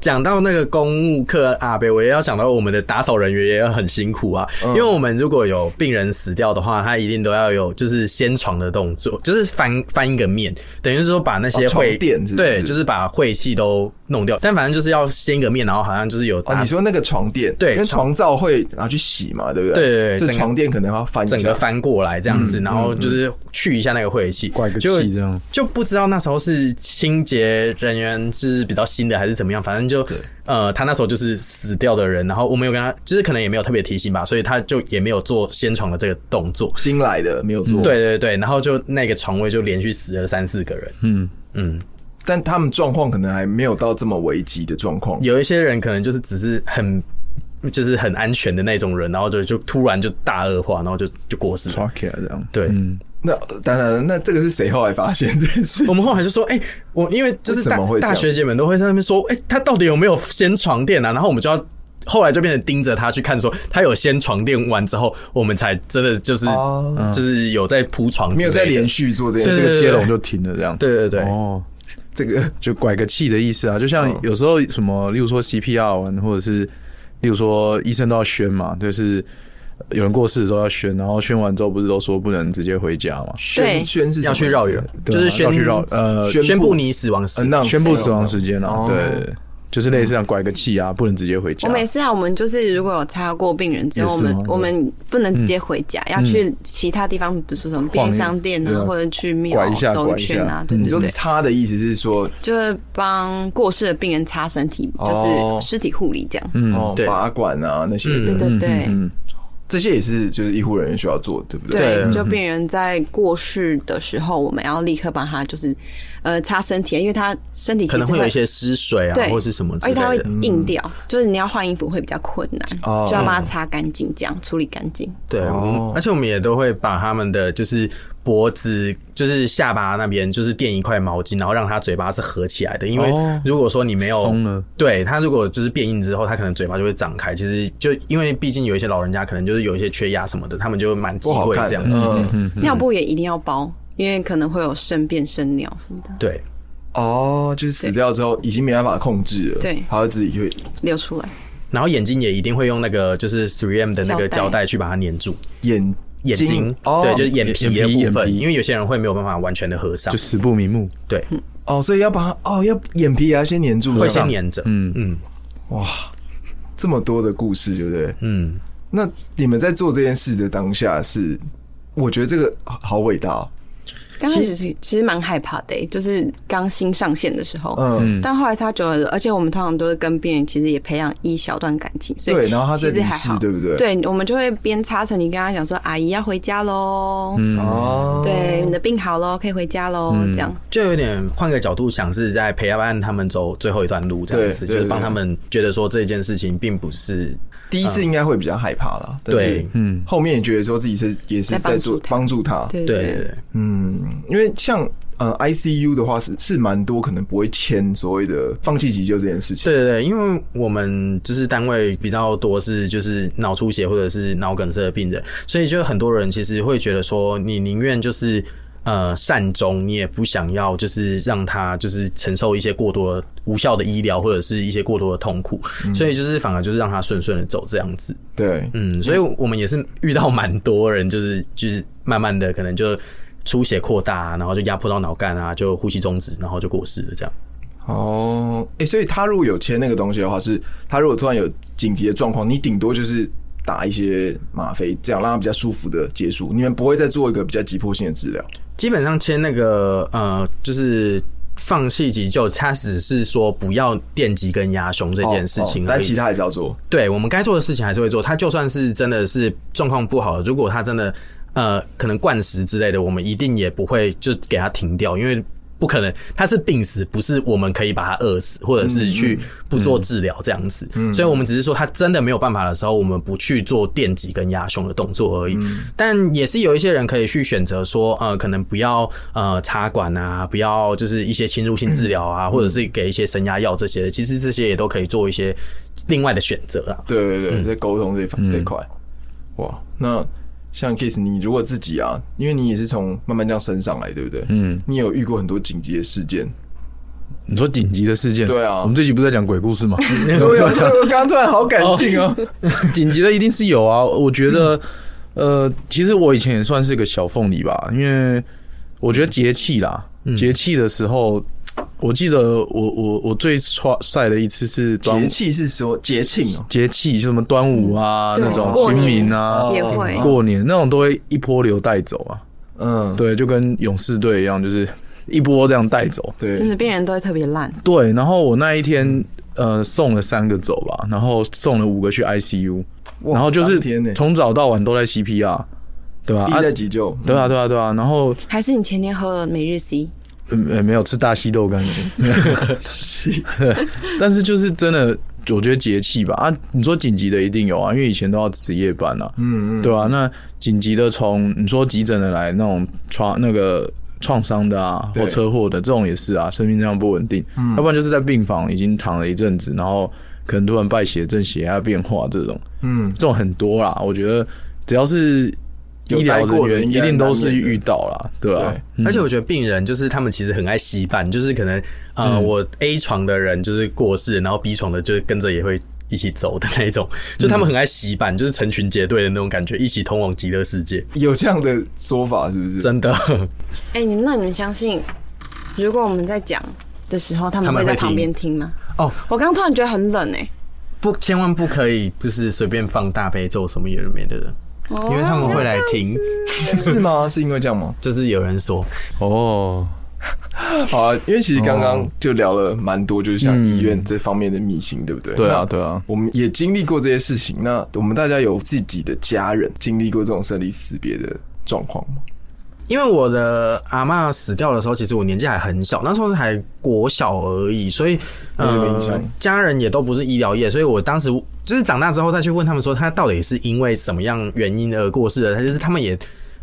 [SPEAKER 5] 讲到那个公务课阿贝，我也要想到我们的打扫人员也很辛苦啊，
[SPEAKER 3] 嗯
[SPEAKER 5] 因为我们如果有病人死掉的话，他一定都要有就是掀床的动作，就是翻翻一个面，等于是说把那些
[SPEAKER 3] 哦床
[SPEAKER 5] 晦、
[SPEAKER 3] 垫是不是
[SPEAKER 5] 对，就是把晦气都弄掉。但反正就是要掀一个面，然后好像就是有
[SPEAKER 3] 哦，
[SPEAKER 5] 打、
[SPEAKER 3] 你说那个床垫，
[SPEAKER 5] 对
[SPEAKER 3] 跟
[SPEAKER 5] 床
[SPEAKER 3] 床罩会拿去洗嘛，对不对？
[SPEAKER 5] 对对对
[SPEAKER 3] 就
[SPEAKER 5] 整个
[SPEAKER 3] 床垫可能要翻一下
[SPEAKER 5] 整个翻过来这样
[SPEAKER 3] 嗯
[SPEAKER 5] 子，然后就是去一下那个晦气，
[SPEAKER 2] 怪个
[SPEAKER 5] 就
[SPEAKER 2] 气这样。
[SPEAKER 5] 就不知道那时候是清洁人员是比较新的还是怎么样，反正就呃，他那时候就是死掉的人，然后我们有跟他，就是可能也没有特别提醒吧，所以他就也没有做先床的这个动作。
[SPEAKER 3] 新来的没有做，
[SPEAKER 5] 嗯对，对对，然后就那个床位就连续死了三四个人，嗯嗯，
[SPEAKER 3] 但他们状况可能还没有到这么危急的状况。
[SPEAKER 5] 有一些人可能就是只是很就是很安全的那种人，然后就就突然就大恶化，然后就就过世了。
[SPEAKER 2] 抓起来这样。
[SPEAKER 5] 对，
[SPEAKER 3] 那当然了，那这个是谁后来发现这件事？
[SPEAKER 5] 我们后来就说，哎、我因为就是
[SPEAKER 3] 为
[SPEAKER 5] 大
[SPEAKER 3] 什么会这
[SPEAKER 5] 大
[SPEAKER 3] 样
[SPEAKER 5] 学姐们都会在那边说，哎、他到底有没有掀床垫啊？然后我们就要。后来就变成盯着他去看说他有掀床垫完之后，我们才真的就是、
[SPEAKER 3] 哦
[SPEAKER 5] 就是有在铺床之
[SPEAKER 3] 没
[SPEAKER 5] 类
[SPEAKER 3] 有
[SPEAKER 5] 的，
[SPEAKER 3] 在连续做这件
[SPEAKER 5] 对
[SPEAKER 2] 这
[SPEAKER 3] 事，
[SPEAKER 2] 个接龙就停了这样。
[SPEAKER 5] 对对对，
[SPEAKER 2] 哦，
[SPEAKER 3] 这个
[SPEAKER 2] 就拐个气的意思啊，就
[SPEAKER 5] 嗯
[SPEAKER 2] 像有时候什么，例如说 CPR 完，或者是例如说医生都要宣嘛，就是有人过世的时候要宣，然后宣完之后不是都说不能直接回家嘛，
[SPEAKER 3] 宣
[SPEAKER 1] 对
[SPEAKER 2] 啊
[SPEAKER 3] 宣是
[SPEAKER 5] 要去绕远，
[SPEAKER 2] 对
[SPEAKER 5] 就
[SPEAKER 2] 啊
[SPEAKER 5] 是宣
[SPEAKER 2] 要去绕呃
[SPEAKER 5] 宣布你死亡时，
[SPEAKER 3] 那
[SPEAKER 2] 宣布死亡时间啊
[SPEAKER 3] 哦，
[SPEAKER 2] 对，就是类似这样拐个气啊，不能直接回家
[SPEAKER 1] 我。每次啊，我们就是如果有擦过病人之后，我
[SPEAKER 2] 也是吗嗯
[SPEAKER 1] 们我们不能直接回家，要去其他地方，比如说什么便利商店
[SPEAKER 2] 对
[SPEAKER 1] 啊，
[SPEAKER 2] 啊
[SPEAKER 1] 或者去
[SPEAKER 2] 拐
[SPEAKER 1] 庙
[SPEAKER 2] 一下嗯
[SPEAKER 1] 走
[SPEAKER 2] 拐
[SPEAKER 1] 一
[SPEAKER 2] 一
[SPEAKER 1] 圈啊，对
[SPEAKER 3] 你
[SPEAKER 1] 对
[SPEAKER 3] 说
[SPEAKER 1] 对，
[SPEAKER 3] 擦的意思是说，
[SPEAKER 1] 就是帮过世的病人擦身体，
[SPEAKER 3] 哦
[SPEAKER 1] 就是尸体护理这样。
[SPEAKER 2] 嗯
[SPEAKER 3] 哦，
[SPEAKER 5] 嗯对嗯
[SPEAKER 3] 拔管啊那些
[SPEAKER 1] 对
[SPEAKER 3] 的，
[SPEAKER 1] 对对
[SPEAKER 3] 这些也是就是医护人员需要做，对不对？
[SPEAKER 1] 对，就病人在过世的时候，我们要立刻帮他就是呃擦身体，因为他身体其
[SPEAKER 5] 可
[SPEAKER 1] 实
[SPEAKER 5] 能会有一些失水啊，
[SPEAKER 1] 对
[SPEAKER 5] 或是什么之
[SPEAKER 1] 而
[SPEAKER 5] 类
[SPEAKER 1] 且它会
[SPEAKER 5] 的。
[SPEAKER 1] 硬掉，就是你要换衣服会比较困难，
[SPEAKER 3] 哦
[SPEAKER 1] 就要把它擦干净，这样处理干净。
[SPEAKER 5] 对，我们
[SPEAKER 2] 哦
[SPEAKER 5] 而且我们也都会把他们的就是脖子，就是下巴那边，就是垫一块毛巾，然后让他嘴巴是合起来的。因为
[SPEAKER 2] 哦
[SPEAKER 5] 如果说你没有，
[SPEAKER 2] 松了
[SPEAKER 5] 对他如果就是变硬之后，他可能嘴巴就会张开。其实就因为毕竟有一些老人家可能就是有一些缺牙什么的，他们就蛮忌
[SPEAKER 3] 不好
[SPEAKER 5] 讳
[SPEAKER 3] 看
[SPEAKER 5] 这样
[SPEAKER 3] 的
[SPEAKER 2] 哦
[SPEAKER 5] 子。
[SPEAKER 3] 嗯
[SPEAKER 1] 尿布也一定要包，因为可能会有粪便、渗尿什么的
[SPEAKER 5] 对，
[SPEAKER 3] 哦，就是死掉之后已经没办法控制了，
[SPEAKER 1] 对
[SPEAKER 3] 他要自己去
[SPEAKER 1] 流出来。
[SPEAKER 5] 然后眼睛也一定会用那个就是 3M 的那个
[SPEAKER 1] 胶
[SPEAKER 5] 胶
[SPEAKER 1] 带
[SPEAKER 5] 带去把它粘住
[SPEAKER 3] 眼
[SPEAKER 5] 眼睛，
[SPEAKER 3] 哦，
[SPEAKER 5] 对，就是眼皮的
[SPEAKER 2] 眼皮
[SPEAKER 5] 部分，
[SPEAKER 2] 眼皮
[SPEAKER 5] 因为有些人会没有办法完全的合上
[SPEAKER 2] 就，死不瞑目，
[SPEAKER 5] 对，
[SPEAKER 3] 哦，所以要把它哦要眼皮也要先粘住，
[SPEAKER 5] 会
[SPEAKER 3] 是吧
[SPEAKER 5] 先粘着，嗯嗯
[SPEAKER 3] 这么多的故事，对不对？
[SPEAKER 5] 嗯。
[SPEAKER 3] 那你们在做这件事的当下是，我觉得这个好好伟大哦，
[SPEAKER 1] 刚开始其其实蛮害怕的欸、就是刚新上线的时候，
[SPEAKER 3] 嗯，
[SPEAKER 1] 但后来他久了，而且我们通常都是跟病人其实也培养一小段感情，所以
[SPEAKER 3] 对然后他在
[SPEAKER 1] 其实
[SPEAKER 3] 理
[SPEAKER 1] 还
[SPEAKER 3] 事
[SPEAKER 1] 好，
[SPEAKER 3] 对不对
[SPEAKER 1] 对，我们就会边擦成你跟他讲说：“阿姨要回家喽，嗯，
[SPEAKER 3] 哦，
[SPEAKER 1] 对，你的病好喽，可以回家喽。这样
[SPEAKER 5] 就有点换个角度想，是在陪伴他们走最后一段路，这样子，
[SPEAKER 3] 对对
[SPEAKER 5] 就是帮他们觉得说这件事情并不是
[SPEAKER 3] 第一次应该会比较害怕啦，但是
[SPEAKER 5] 对
[SPEAKER 3] 嗯，后面也觉得说自己是也是
[SPEAKER 1] 在帮
[SPEAKER 3] 在
[SPEAKER 1] 助
[SPEAKER 3] 做
[SPEAKER 1] 他
[SPEAKER 3] 帮助他，
[SPEAKER 1] 对
[SPEAKER 5] 对
[SPEAKER 1] 对
[SPEAKER 5] 对对，
[SPEAKER 3] 嗯，因为像呃 ICU 的话是是蛮多可能不会签所谓的放弃急救这件事情，
[SPEAKER 5] 对对对，因为我们就是单位比较多是就是脑出血或者是脑梗塞的病人，所以就很多人其实会觉得说，你宁愿就是。呃，善终你也不想要，就是让他就是承受一些过多的无效的医疗或者是一些过多的痛苦，所以就是反而就是让他顺顺的走这样子。
[SPEAKER 3] 对，
[SPEAKER 5] 嗯，所以我们也是遇到蛮多人，就是就是慢慢的可能就出血扩大、啊，然后就压迫到脑干啊，就呼吸终止，然后就过世了这样。
[SPEAKER 3] 哦，哎、所以他如果有签那个东西的话，是他如果突然有紧急的状况，你顶多就是打一些吗啡，这样让他比较舒服的结束。你们不会再做一个比较急迫性的治疗，
[SPEAKER 5] 基本上签那个呃，就是放弃急救，他只是说不要电击跟压胸这件事情
[SPEAKER 3] 哦哦
[SPEAKER 5] 而
[SPEAKER 3] 但
[SPEAKER 5] 已。
[SPEAKER 3] 其他还是要做。
[SPEAKER 5] 对我们该做的事情还是会做。他就算是真的是状况不好，如果他真的呃可能灌食之类的，我们一定也不会就给他停掉，因为不可能他是病死，不是我们可以把他饿死，或者是去不做治疗这样子。所以我们只是说他真的没有办法的时候，我们不去做电击跟压胸的动作而已。但也是有一些人可以去选择说，呃，可能不要呃插管啊，不要就是一些侵入性治疗啊，或者是给一些升压药这些，其实这些也都可以做一些另外的选择啦。
[SPEAKER 3] 对对对，在沟通这一方这一块，哇，那像 Kiss，你如果自己啊，因为你也是从慢慢这样升上来，对不对？嗯，你有遇过很多紧急的事件，
[SPEAKER 2] 你说紧急的事件，
[SPEAKER 3] 对啊
[SPEAKER 2] 我们这集不是在讲鬼故 事吗？
[SPEAKER 3] 对啊，对啊我刚刚突然好感性哦，
[SPEAKER 2] 紧急的一定是有啊。我觉得，呃，其实我以前也算是个小凤梨吧，因为我觉得节气啦，
[SPEAKER 3] 嗯
[SPEAKER 2] 节气的时候，我记得我我我最刷晒的一次是端
[SPEAKER 3] 哦节气是说节庆哦，
[SPEAKER 2] 节气，什么端午啊，
[SPEAKER 1] 对
[SPEAKER 2] 那种
[SPEAKER 1] 过
[SPEAKER 2] 清
[SPEAKER 1] 年哦
[SPEAKER 2] 明啊，
[SPEAKER 1] 也会
[SPEAKER 2] 过年那种都会一波流带走啊。
[SPEAKER 3] 嗯，
[SPEAKER 2] 对，就跟勇士队一样，就是一波这样带走。
[SPEAKER 1] 真
[SPEAKER 3] 对，
[SPEAKER 1] 的病人都会特别烂，
[SPEAKER 2] 对，然后我那一天呃送了三个走吧，然后送了五个去 ICU，
[SPEAKER 3] 哇
[SPEAKER 2] 然后就是
[SPEAKER 3] 当天呢，欸
[SPEAKER 2] 从早到晚都在 CPR，对吧、
[SPEAKER 3] 一
[SPEAKER 2] 啊
[SPEAKER 3] 直在急救，
[SPEAKER 2] 对啊，对啊，对啊，然后
[SPEAKER 1] 还是你前天喝了每日 C？
[SPEAKER 2] 嗯呃没有吃大西豆干， 对但是就是真的，我觉得节气吧啊，你说紧急的一定有啊，因为以前都要值夜班啊，
[SPEAKER 3] 嗯嗯，
[SPEAKER 2] 对啊，那紧急的从你说急诊的来那种创那个创伤的啊，
[SPEAKER 3] 对嗯
[SPEAKER 2] 或车祸的这种也是啊，生命这样不稳定，要不然就是在病房已经躺了一阵子，然后可能突然败血症、血压变化这种，
[SPEAKER 3] 嗯，
[SPEAKER 2] 这种很多啦。我觉得只要是医疗
[SPEAKER 3] 有待
[SPEAKER 2] 人
[SPEAKER 3] 过的
[SPEAKER 2] 员，
[SPEAKER 3] 应
[SPEAKER 2] 一
[SPEAKER 3] 该
[SPEAKER 2] 定都是
[SPEAKER 3] 难免的
[SPEAKER 2] 遇到啦，对啊
[SPEAKER 3] 对，
[SPEAKER 5] 而且我觉得病人就是他们其实很爱稀饭，就是可能呃，我 A 床的人就是过世，然后 B 床的就是跟着也会一起走的那一种，就他们很爱稀饭，就是成群结队的那种感觉，一起通往极乐世界，
[SPEAKER 3] 有这样的说法是不是？
[SPEAKER 5] 真的。
[SPEAKER 1] 哎、你们那你们相信，如果我们在讲的时候，他们
[SPEAKER 5] 他们
[SPEAKER 1] 会
[SPEAKER 5] 会
[SPEAKER 1] 在旁边听吗？
[SPEAKER 5] 哦，
[SPEAKER 1] 我刚刚突然觉得很冷哎、
[SPEAKER 5] 不，千万不可以就是随便放大悲咒什么有的没的的，
[SPEAKER 1] 哦
[SPEAKER 5] 因为他们会来听，
[SPEAKER 3] 哎是吗？是因为这样吗？
[SPEAKER 5] 就是有人说，
[SPEAKER 2] 哦，
[SPEAKER 3] 好啊，因为其实刚刚就聊了蛮多，就是像医院这方面的秘辛，对不对？
[SPEAKER 2] 对啊
[SPEAKER 3] 那
[SPEAKER 2] 对啊
[SPEAKER 3] 我们也经历过这些事情。那我们大家有自己的家人经历过这种生离死别的状况吗？
[SPEAKER 5] 因为我的阿嬷死掉的时候，其实我年纪还很小，那时候还国小而已，所以呃
[SPEAKER 3] 没什么印象
[SPEAKER 5] 家人也都不是医疗业，所以我当时就是长大之后再去问他们说，他到底是因为什么样原因而过世的，他就是他们也。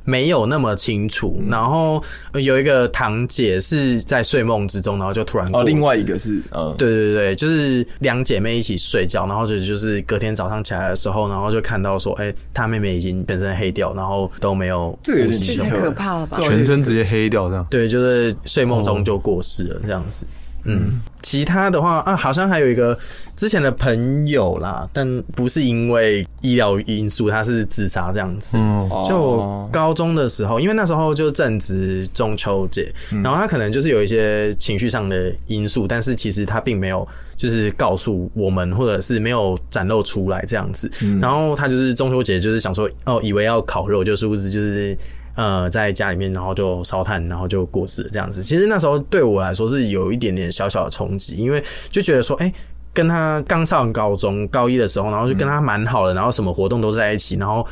[SPEAKER 5] 没有那么清楚，然后呃有一个堂姐是在睡梦之中，然后就突然过
[SPEAKER 3] 哦，
[SPEAKER 5] 世
[SPEAKER 3] 另外一个是嗯，
[SPEAKER 5] 对对对，就是两姐妹一起睡觉，然后就就是隔天早上起来的时候，然后就看到说，哎、她妹妹已经全身黑掉，然后都没有
[SPEAKER 3] 这个有
[SPEAKER 5] 呼
[SPEAKER 3] 点
[SPEAKER 5] 吸
[SPEAKER 3] 奇
[SPEAKER 1] 这
[SPEAKER 5] 声
[SPEAKER 1] 太
[SPEAKER 3] 特
[SPEAKER 1] 可怕了吧？
[SPEAKER 2] 全身直接黑掉这样。
[SPEAKER 5] 对，就是睡梦中就过世了这样子。
[SPEAKER 3] 哦
[SPEAKER 5] 嗯，其他的话啊，好像还有一个之前的朋友啦，但不是因为医疗因素，他是自杀这样子。
[SPEAKER 2] 嗯，
[SPEAKER 3] 哦
[SPEAKER 5] 就我高中的时候，因为那时候就正值中秋节，然后他可能就是有一些情绪上的因素，但是其实他并没有就是告诉我们，或者是没有展露出来这样子。然后他就是中秋节就是想说，哦，以为要烤肉，就是不是就是。呃，在家里面，然后就烧炭，然后就过世了这样子。其实那时候对我来说是有一点点小小的冲击，因为就觉得说，哎、跟他刚上高中高一的时候，然后就跟他蛮好的，然后什么活动都在一起，然后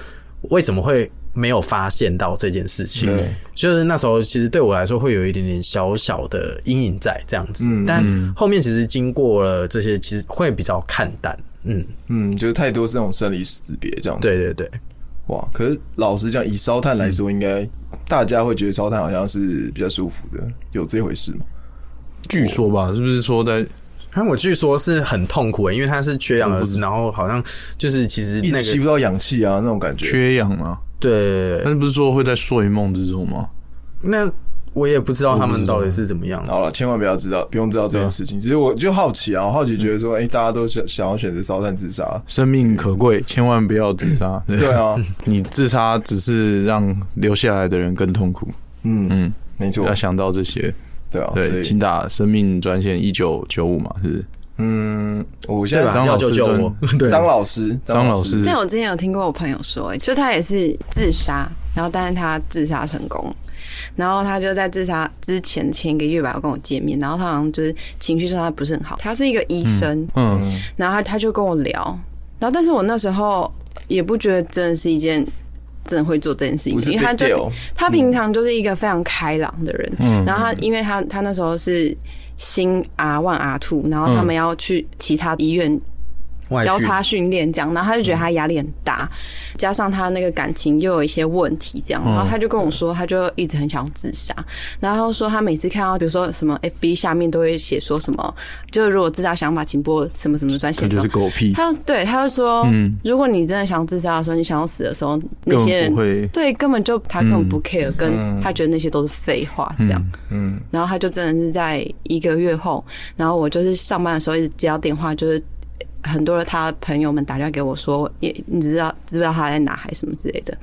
[SPEAKER 5] 为什么会没有发现到这件事情？就是那时候其实对我来说会有一点点小小的阴影在这样子，但后面其实经过了这些，其实会比较看淡。嗯，
[SPEAKER 3] 嗯，就是太多是那种生离死别这样。，
[SPEAKER 5] 对对对，
[SPEAKER 3] 哇，可是老实讲，以烧炭来说，应该大家会觉得烧炭好像是比较舒服的，有这回事吗？
[SPEAKER 2] 据说吧，是不是说在
[SPEAKER 5] 然后我据说是很痛苦、欸，因为他是缺氧而死，然后好像就是其实
[SPEAKER 3] 一
[SPEAKER 5] 那
[SPEAKER 3] 直吸
[SPEAKER 5] 个
[SPEAKER 3] 不到氧气啊，那种感觉。
[SPEAKER 2] 缺氧吗？
[SPEAKER 3] 哎
[SPEAKER 5] 对，
[SPEAKER 2] 但是不是说会在睡梦之中吗？
[SPEAKER 5] 那我也不知道他们到底是怎么样。
[SPEAKER 3] 好了，千万不要知道，不用知道这件事情。只是我就好奇啊，我好奇觉得说，哎、大家都想想要选择烧炭自杀，
[SPEAKER 2] 生命可贵，千万不要自杀。
[SPEAKER 3] 对，啊，
[SPEAKER 2] 你自杀只是让留下来的人更痛苦。
[SPEAKER 3] 嗯嗯
[SPEAKER 2] 嗯，
[SPEAKER 3] 没错
[SPEAKER 2] 要，想到这些。
[SPEAKER 3] 对啊，所
[SPEAKER 2] 对，
[SPEAKER 3] 以
[SPEAKER 2] 请打生命专线一九九五嘛，是不是
[SPEAKER 3] 嗯，我现
[SPEAKER 5] 对
[SPEAKER 3] 在
[SPEAKER 5] 吧？
[SPEAKER 2] 张
[SPEAKER 5] 要
[SPEAKER 2] 老师
[SPEAKER 5] 救救我！
[SPEAKER 2] 对
[SPEAKER 3] 张老师，
[SPEAKER 2] 张老师，
[SPEAKER 1] 但我之前有听过我朋友说、欸，就他也是自杀，然后但是他自杀成功，然后他就在自杀之前前一个月吧，有跟我见面，然后他好像就是情绪状态不是很好，他是一个医生，
[SPEAKER 2] 嗯，
[SPEAKER 1] 然后他他就跟我聊，然后但是我那时候也不觉得真的是一件真的会做这件事情
[SPEAKER 3] 不，是
[SPEAKER 1] 因为他
[SPEAKER 3] big
[SPEAKER 1] 就
[SPEAKER 3] deal 嗯
[SPEAKER 1] 他平常就是一个非常开朗的人，然后他因为他他那时候是啊新 R one R two，然后他
[SPEAKER 3] 嗯
[SPEAKER 1] 们要去其他医院
[SPEAKER 5] 外
[SPEAKER 1] 交
[SPEAKER 5] 训
[SPEAKER 1] 叉训练这样，然后他就觉得他压力很大，加上他那个感情又有一些问题这样，
[SPEAKER 2] 嗯
[SPEAKER 1] 然后他就跟我说，他就一直很想要自杀，然后他说他每次看到比如说什么 FB 下面都会写说什么，就如果自杀想法请拨什么什么专
[SPEAKER 2] 这
[SPEAKER 1] 线什
[SPEAKER 2] 就
[SPEAKER 1] 么
[SPEAKER 2] 是。嗯狗屁，
[SPEAKER 1] 他就对，他就说，如果你真的想自杀的时候，你想要死的时候，那些
[SPEAKER 2] 根本不会
[SPEAKER 1] 人对根本就他根本不 care，、跟他觉得那些都是废话，这样。
[SPEAKER 3] 嗯，
[SPEAKER 1] 然后他就真的是在一个月后，然后我就是上班的时候一直接到电话，就是很多的他朋友们打电话给我说，也你知道知不知道他在哪还是什么之类的。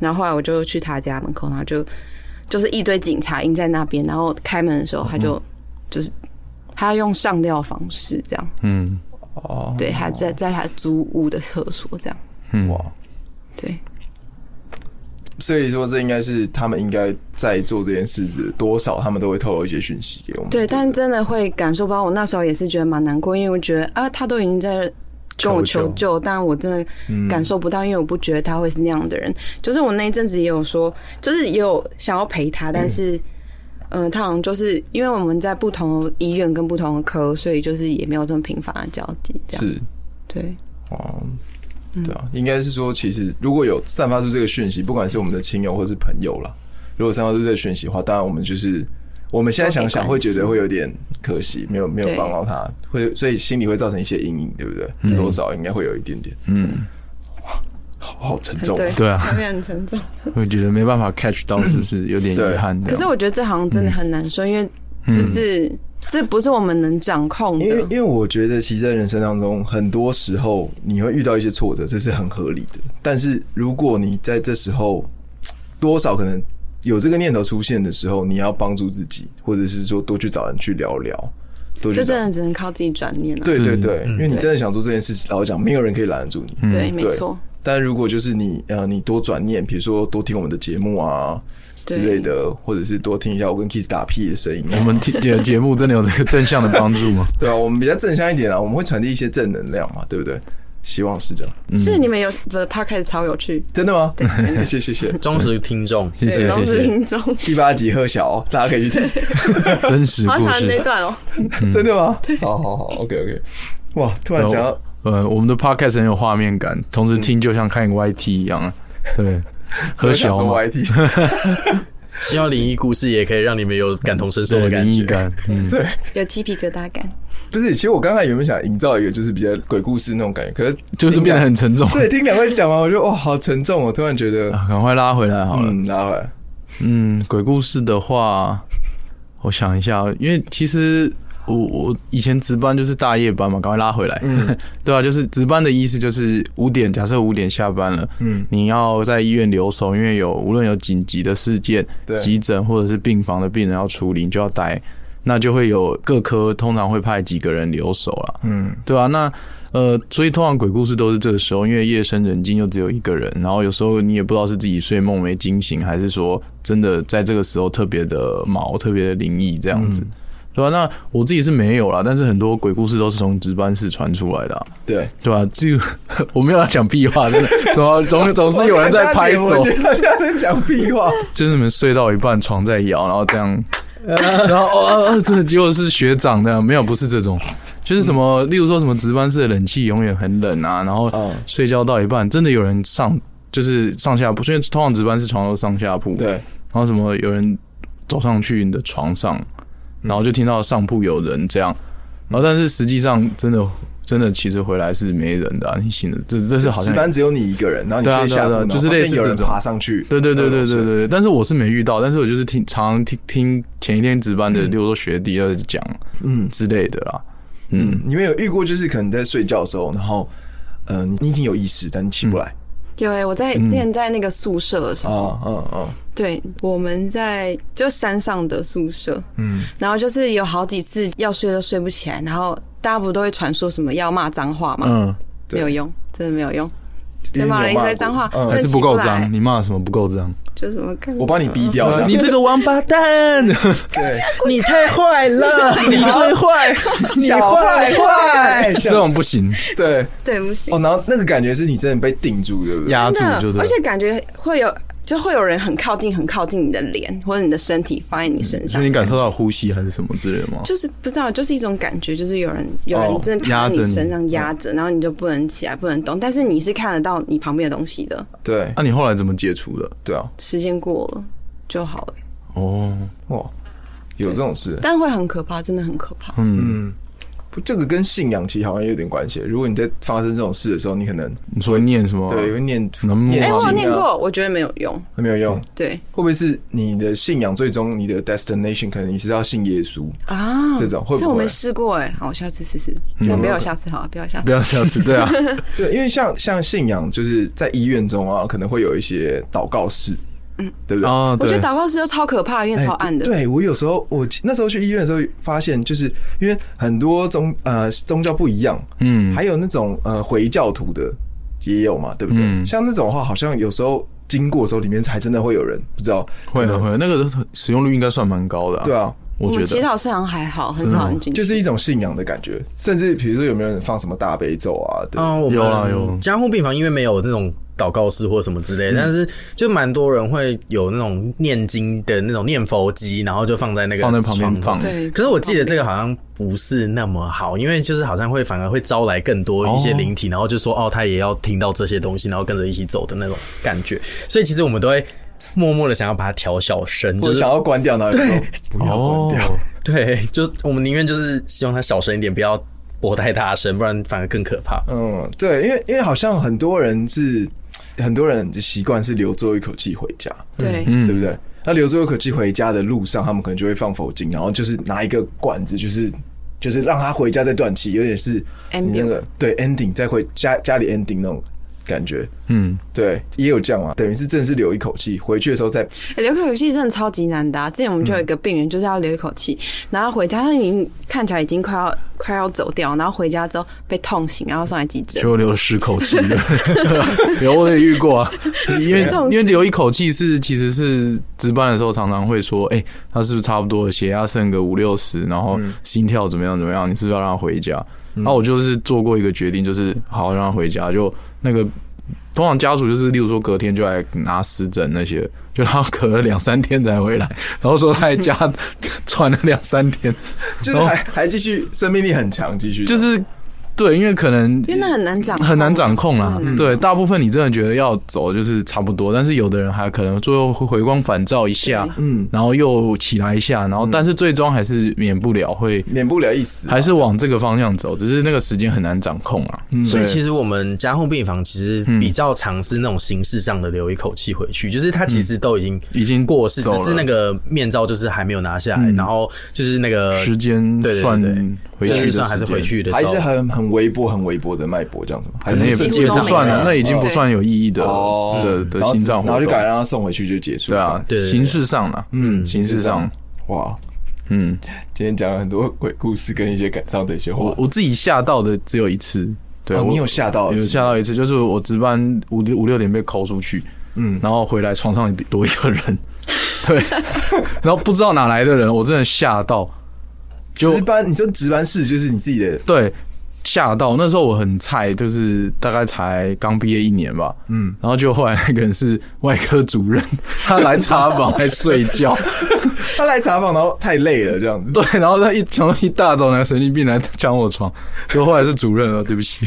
[SPEAKER 1] 然后后来我就去他家门口，然后就就是一堆警察印在那边，然后开门的时候他
[SPEAKER 3] 嗯
[SPEAKER 1] 就、就是他用上吊方式这样，
[SPEAKER 2] 嗯，
[SPEAKER 1] 对，他在在他租屋的厕所这样，
[SPEAKER 3] 哇，
[SPEAKER 1] 对。
[SPEAKER 3] 所以说这应该是他们应该在做这件事的多少，他们都会透露一些讯息给我们。
[SPEAKER 1] 对，但真的会感受不到。我那时候也是觉得蛮难过，因为我觉得啊，他都已经在跟我求
[SPEAKER 3] 求嗯
[SPEAKER 1] 救，但我真的感受不到，因为我不觉得他会是那样的人。就是我那一阵子也有说，就是也有想要陪他，但是。嗯他好像就是因为我们在不同的医院跟不同的科，所以就是也没有这么频繁的交集，这样
[SPEAKER 3] 是
[SPEAKER 1] 对。呃
[SPEAKER 3] 哦，
[SPEAKER 1] 嗯
[SPEAKER 3] 对啊，应该是说，其实如果有散发出这个讯息，不管是我们的亲友或是朋友啦，如果散发出这个讯息的话，当然我们就是我们现在想想
[SPEAKER 1] 都没
[SPEAKER 3] 会
[SPEAKER 1] 关系
[SPEAKER 3] 觉得会有点可惜，没有没有
[SPEAKER 1] 对嗯
[SPEAKER 3] 帮到他，会所以心里会造成一些阴影，对不对？多少应该会有一点点，嗯，好好沉重、啊
[SPEAKER 1] 对，
[SPEAKER 2] 对啊
[SPEAKER 1] 画面很沉重。
[SPEAKER 2] 会觉得没办法 catch 到，是不是有点遗憾？
[SPEAKER 1] 可是我觉得这好像真
[SPEAKER 3] 嗯
[SPEAKER 1] 的很难说，因为就是、这不是我们能掌控的。
[SPEAKER 3] 因为因为我觉得，其实在人生当中，很多时候你会遇到一些挫折，这是很合理的。但是如果你在这时候多少可能有这个念头出现的时候，你要帮助自己，或者是说多去找人去聊聊，多
[SPEAKER 1] 这
[SPEAKER 3] 去找
[SPEAKER 1] 真。的只能靠自己转念了、
[SPEAKER 3] 对对
[SPEAKER 2] 是
[SPEAKER 3] 对，因为你真的想做这件事情，老实讲，没有人可以拦得住你。
[SPEAKER 1] 对，没
[SPEAKER 3] 嗯对
[SPEAKER 1] 错。
[SPEAKER 3] 但如果就是你呃，你多转念，比如说多听我们的节目啊之
[SPEAKER 1] 对嗯
[SPEAKER 3] 类的，或者是多听一下我跟 Kiss 打屁的声音啊、
[SPEAKER 2] 我们 听节节目真的有这个正向的帮助吗？
[SPEAKER 3] 对啊，我们比较正向一点啊，我们会传递一些正能量嘛，对不对？希望是这样。
[SPEAKER 1] 是你们有的 podcast 超有趣，
[SPEAKER 3] 真的吗？ 谢谢谢谢。
[SPEAKER 5] 忠实听众，
[SPEAKER 2] 谢
[SPEAKER 1] 对，
[SPEAKER 2] 谢
[SPEAKER 1] 都
[SPEAKER 2] 谢
[SPEAKER 1] 是
[SPEAKER 2] 谢，
[SPEAKER 1] 听众。
[SPEAKER 3] 第八集贺晓哦，大家可以去听。
[SPEAKER 2] 真实
[SPEAKER 1] 好喜
[SPEAKER 2] 故
[SPEAKER 1] 欢那
[SPEAKER 2] 事。
[SPEAKER 1] 段哦，
[SPEAKER 3] 真的吗？好好好，OK OK。哇，突然讲到
[SPEAKER 2] 呃，我们的 podcast 很有画面感，同时听就像看 YT 一样啊。 对，
[SPEAKER 3] 我
[SPEAKER 2] 和
[SPEAKER 3] 想
[SPEAKER 2] 小
[SPEAKER 3] 说
[SPEAKER 2] 嘛，
[SPEAKER 3] YT，
[SPEAKER 5] 希望灵异故事也可以让你们有感同身受
[SPEAKER 2] 对
[SPEAKER 5] 的感
[SPEAKER 2] 灵异
[SPEAKER 5] 觉。
[SPEAKER 2] 感，嗯，
[SPEAKER 1] 有鸡皮疙瘩感。
[SPEAKER 3] 不是，其实我刚才原本想营造一个就是比较鬼故事那种感觉，可是
[SPEAKER 2] 就是变得很沉重。
[SPEAKER 3] 对，听两位讲完，我就哇，好沉重哦，突然觉得
[SPEAKER 2] 啊赶快拉回来好了。
[SPEAKER 3] 嗯，拿回来，
[SPEAKER 2] 嗯，鬼故事的话，我想一下，因为其实我我以前值班就是大夜班嘛，赶快拉回来。
[SPEAKER 3] 嗯
[SPEAKER 2] 对啊，就是值班的意思就是五点，假设五点下班了，
[SPEAKER 3] 嗯
[SPEAKER 2] 你要在医院留守，因为有无论有紧急的事件
[SPEAKER 3] 对、
[SPEAKER 2] 急诊或者是病房的病人要处理，你就要待，那就会有各科通常会派几个人留守啦。
[SPEAKER 3] 嗯
[SPEAKER 2] 对啊，那呃，所以通常鬼故事都是这个时候，因为夜深人静又只有一个人，然后有时候你也不知道是自己睡梦没惊醒，还是说真的在这个时候特别的毛、特别的灵异这样子。
[SPEAKER 3] 嗯
[SPEAKER 2] 对啊，那我自己是没有啦，但是很多鬼故事都是从值班室传出来的啊、
[SPEAKER 3] 对，
[SPEAKER 2] 对啊，这个 我没有要讲屁话，真的，总总总是有人在拍手
[SPEAKER 3] 我，觉得他现在在讲 屁话，
[SPEAKER 2] 就是你们睡到一半，床在摇，然后这样，然后哦哦，哦这个结果是学长的，没有，不是这种，就是什么，例如说什么值班室的冷气永远很冷啊，然后
[SPEAKER 3] 嗯
[SPEAKER 2] 睡觉到一半，真的有人上就是上下铺，因为通常值班室床都上下铺，
[SPEAKER 3] 对，
[SPEAKER 2] 然后什么有人走上去你的床上，然后就听到上铺有人这样，然后但是实际上真的真的其实回来是没人的啊、你醒了，这这是好
[SPEAKER 3] 值
[SPEAKER 2] 像
[SPEAKER 3] 班只有你一个人，然后你
[SPEAKER 2] 对啊
[SPEAKER 3] 睡下
[SPEAKER 2] 对啊
[SPEAKER 3] 铺，
[SPEAKER 2] 对啊就是
[SPEAKER 3] 然后
[SPEAKER 2] 类似
[SPEAKER 3] 发现有人
[SPEAKER 2] 这种
[SPEAKER 3] 爬上去，
[SPEAKER 2] 对对对对
[SPEAKER 3] 然后
[SPEAKER 2] 对
[SPEAKER 3] 睡
[SPEAKER 2] 对，但是我是没遇到，但是我就是听常常听听前一天值班的，例如说学弟在讲
[SPEAKER 3] 嗯
[SPEAKER 2] 之类的啦，
[SPEAKER 3] 嗯，你们有遇过就是可能在睡觉的时候，然后呃，你你已经有意识，但你起不来，
[SPEAKER 1] 有哎、我在之前在那个宿舍的时候，
[SPEAKER 3] 啊啊啊！
[SPEAKER 1] 对，我们在就山上的宿舍，嗯，然后就是有好几次要睡都睡不起来，然后大家不都会传说什么要骂脏话嘛，
[SPEAKER 2] 嗯，
[SPEAKER 1] 没有用，真的没有用，
[SPEAKER 3] 因
[SPEAKER 1] 就
[SPEAKER 3] 为
[SPEAKER 1] 骂了一
[SPEAKER 3] 你有
[SPEAKER 1] 堆
[SPEAKER 3] 过
[SPEAKER 1] 脏话，
[SPEAKER 3] 嗯
[SPEAKER 2] 还
[SPEAKER 1] 生
[SPEAKER 2] 是
[SPEAKER 1] 气
[SPEAKER 2] 不够
[SPEAKER 1] 来
[SPEAKER 2] 脏，，你骂什么不够脏？
[SPEAKER 1] 就什么看
[SPEAKER 3] 我帮你逼掉
[SPEAKER 2] 啊
[SPEAKER 3] 的。
[SPEAKER 2] 你这个王八蛋！
[SPEAKER 3] 对，
[SPEAKER 5] 你太坏了，
[SPEAKER 2] 你最坏，
[SPEAKER 3] 小坏 坏，
[SPEAKER 2] 这种不行，
[SPEAKER 3] 对
[SPEAKER 1] 对不起
[SPEAKER 3] 哦，，然后那个感觉是你真的被定住，对不对？
[SPEAKER 2] 压住就
[SPEAKER 1] 真的，
[SPEAKER 2] 对
[SPEAKER 1] 而
[SPEAKER 2] 了。
[SPEAKER 1] 且感觉会有。就会有人很靠近，很靠近你的脸或者你的身体放在你身上
[SPEAKER 2] 所以，你感受到呼吸还是什么之类的吗？
[SPEAKER 1] 就是不知道，就是一种感觉，就是有人有人真的
[SPEAKER 2] 压
[SPEAKER 1] 躺在
[SPEAKER 2] 着
[SPEAKER 1] 你
[SPEAKER 2] 你
[SPEAKER 1] 身上压着，然后你就不能起来，不能动，但是你是看得到你旁边的东西的。
[SPEAKER 3] 对
[SPEAKER 2] 啊那、你后来怎么解除的？
[SPEAKER 3] 对啊，
[SPEAKER 1] 时间过了就好了，
[SPEAKER 2] 哦，
[SPEAKER 3] 哇，有这种事。
[SPEAKER 1] 但会很可怕，真的很可怕。
[SPEAKER 2] 嗯，
[SPEAKER 3] 不，这个跟信仰其实好像有点关系。如果你在发生这种事的时候，你可能
[SPEAKER 2] 你说念什么？
[SPEAKER 3] 对会念
[SPEAKER 2] 能摸
[SPEAKER 1] 哎、
[SPEAKER 2] 吗
[SPEAKER 1] 我有念
[SPEAKER 3] 经啊，
[SPEAKER 1] 过，我觉得没有用。
[SPEAKER 3] 没有用。
[SPEAKER 1] 对
[SPEAKER 3] 会不会是你的信仰最终你的 destination 可能你是要信耶稣？
[SPEAKER 1] 啊，
[SPEAKER 3] 这种会不会
[SPEAKER 1] 这我没试过哎、好，我下次试试。那不要下次好了，不要下
[SPEAKER 2] 不
[SPEAKER 1] 次。
[SPEAKER 2] 要这样子，对 啊，
[SPEAKER 3] 对，因为像像信仰就是在医院中啊，可能会有一些祷告室，嗯，对不对？
[SPEAKER 2] 啊，
[SPEAKER 1] 我觉
[SPEAKER 2] 对
[SPEAKER 1] 得，祷告室都超可怕，因为
[SPEAKER 3] 哎
[SPEAKER 1] 超暗的。
[SPEAKER 3] 对对我有时候我那时候去医院的时候，发现就是因为很多宗呃宗教不一样，
[SPEAKER 2] 嗯
[SPEAKER 3] 还有那种呃回教徒的也有嘛，对不对？
[SPEAKER 2] 嗯
[SPEAKER 3] 像那种的话，好像有时候经过的时候，里面还真的会有人，不知道
[SPEAKER 2] 会啊会啊，那个使用率应该算蛮高的、
[SPEAKER 3] 对，啊。
[SPEAKER 2] 我
[SPEAKER 1] 我
[SPEAKER 2] 觉
[SPEAKER 1] 们祈
[SPEAKER 2] 得。
[SPEAKER 1] 祷室好像还好，很少人进去。
[SPEAKER 3] 就是一种信仰的感觉，甚至比如说有没有人放什么大悲咒啊？对不对
[SPEAKER 5] 哦，我们
[SPEAKER 2] 有啦有嗯
[SPEAKER 5] 加护病房因为没有那种祷告室或什么之类的，但是就蛮多人会有那种念经的那种念佛机，然后就放在那个
[SPEAKER 2] 放在旁边
[SPEAKER 5] 床头
[SPEAKER 2] 放
[SPEAKER 1] 对，
[SPEAKER 5] 可是我记得这个好像不是那么好，因为就是好像会反而会招来更多一些灵体，然后就说哦，他也要听到这些东西，然后跟着一起走的那种感觉。所以其实我们都会默默的想要把它调小声，
[SPEAKER 3] 我
[SPEAKER 5] 就是
[SPEAKER 3] 想要关掉那对，不要关掉。
[SPEAKER 2] 哦
[SPEAKER 5] 对，就我们宁愿就是希望它小声一点，不要播太大声，不然反而更可怕。
[SPEAKER 3] 嗯，对，因为因为好像很多人是很多人的习惯是留最后一口气回家，
[SPEAKER 1] 对，
[SPEAKER 2] 嗯
[SPEAKER 3] 对不对？那留最后一口气回家的路上，他们可能就会放佛经，然后就是拿一个管子，就是就是让他回家再断气，有点是你那个对 ending 再回家家里 ending 那种感觉。
[SPEAKER 2] 嗯，
[SPEAKER 3] 对，也有这样啊嘛，等于是真的是留一口气，回去的时候再
[SPEAKER 1] 欸留一口气真的超级难的、啊。之前我们就有一个病人，就是要留一口气，然后回家，他已经看起来已经快要快要走掉，然后回家之后被痛醒，然后送来急诊。
[SPEAKER 2] 就留十口 气， 有我也遇过啊，因为因为留一口气是其实是值班的时候常常会说，哎、他是不是差不多了血压剩个五六十，然后
[SPEAKER 3] 嗯
[SPEAKER 2] 心跳怎么样怎么样，你是不是要让他回家？然后我就是做过一个决定，就是好让他回家，就那个。通常家属就是，例如说隔天就来拿湿疹那些，就他隔了两三天才回来，然后说他在家 喘了两三天，
[SPEAKER 3] 就是还、还继续生命力很强，继续
[SPEAKER 2] 哦就是对，因为可能
[SPEAKER 1] 因为那很难掌控，嗯
[SPEAKER 2] 很难掌控啊嗯啦
[SPEAKER 1] 很难。
[SPEAKER 2] 对，大部分你真的觉得要走就是差不多，但是有的人还可能最后会回光返照一下，
[SPEAKER 3] 嗯，
[SPEAKER 2] 然后又起来一下，然后
[SPEAKER 5] 嗯
[SPEAKER 2] 但是最终还是免不了会
[SPEAKER 3] 免不了一死嘛，
[SPEAKER 2] 还是往这个方向走，只是那个时间很难掌控啊。
[SPEAKER 5] 所以其实我们加护病房其实
[SPEAKER 2] 嗯
[SPEAKER 5] 比较尝试那种形式上的留一口气回去，就是他其实都已经
[SPEAKER 2] 嗯已经
[SPEAKER 5] 过世，
[SPEAKER 2] 走
[SPEAKER 5] 只
[SPEAKER 2] 了嗯
[SPEAKER 5] 是那个面罩就是还没有拿下来，然后就是那个
[SPEAKER 2] 时间
[SPEAKER 5] 对对对
[SPEAKER 2] 算
[SPEAKER 5] 对
[SPEAKER 2] 回
[SPEAKER 5] 就
[SPEAKER 2] 去
[SPEAKER 5] 是
[SPEAKER 2] 的
[SPEAKER 5] 算还是
[SPEAKER 2] 时间
[SPEAKER 5] 回，去的时
[SPEAKER 3] 还
[SPEAKER 5] 候，
[SPEAKER 3] 是很很微波、很微波的脉搏这样子吗？还
[SPEAKER 2] 可能也
[SPEAKER 3] 是
[SPEAKER 1] 几乎
[SPEAKER 2] 也
[SPEAKER 1] 都
[SPEAKER 2] 不
[SPEAKER 1] 没
[SPEAKER 2] 算了，
[SPEAKER 1] 了
[SPEAKER 2] 那已经不算有意义的
[SPEAKER 3] 哦
[SPEAKER 2] 的的
[SPEAKER 3] 然后
[SPEAKER 2] 心脏活
[SPEAKER 3] 然后
[SPEAKER 2] 动
[SPEAKER 3] 就，改让他送回去就结束。
[SPEAKER 2] 对啊，
[SPEAKER 5] 对对对
[SPEAKER 2] 形式上了，嗯，形式上，
[SPEAKER 3] 哇，
[SPEAKER 2] 嗯。
[SPEAKER 3] 今天讲了很多鬼故事跟一些感伤的一些话
[SPEAKER 2] 我。我自己吓到的只有一次，对，
[SPEAKER 3] 哦
[SPEAKER 2] 我
[SPEAKER 3] 你有吓到
[SPEAKER 2] 有吓到一次，就是我值班五六五六点被抠出去，嗯，然后回来床上多一个 人，对，然后不知道哪来的人，我真的吓到，就
[SPEAKER 3] 值班，你说值班室就是你自己的，
[SPEAKER 2] 对，吓到。那时候我很菜，就是大概才刚毕业一年吧，嗯，然后就后来那个人是外科主任， 他来查房来睡 觉，
[SPEAKER 3] 他来查房，然后太累了这样 子。
[SPEAKER 2] 对，然后他一想到一大早那个神经病来抢我床，就后来是主任了，对不起，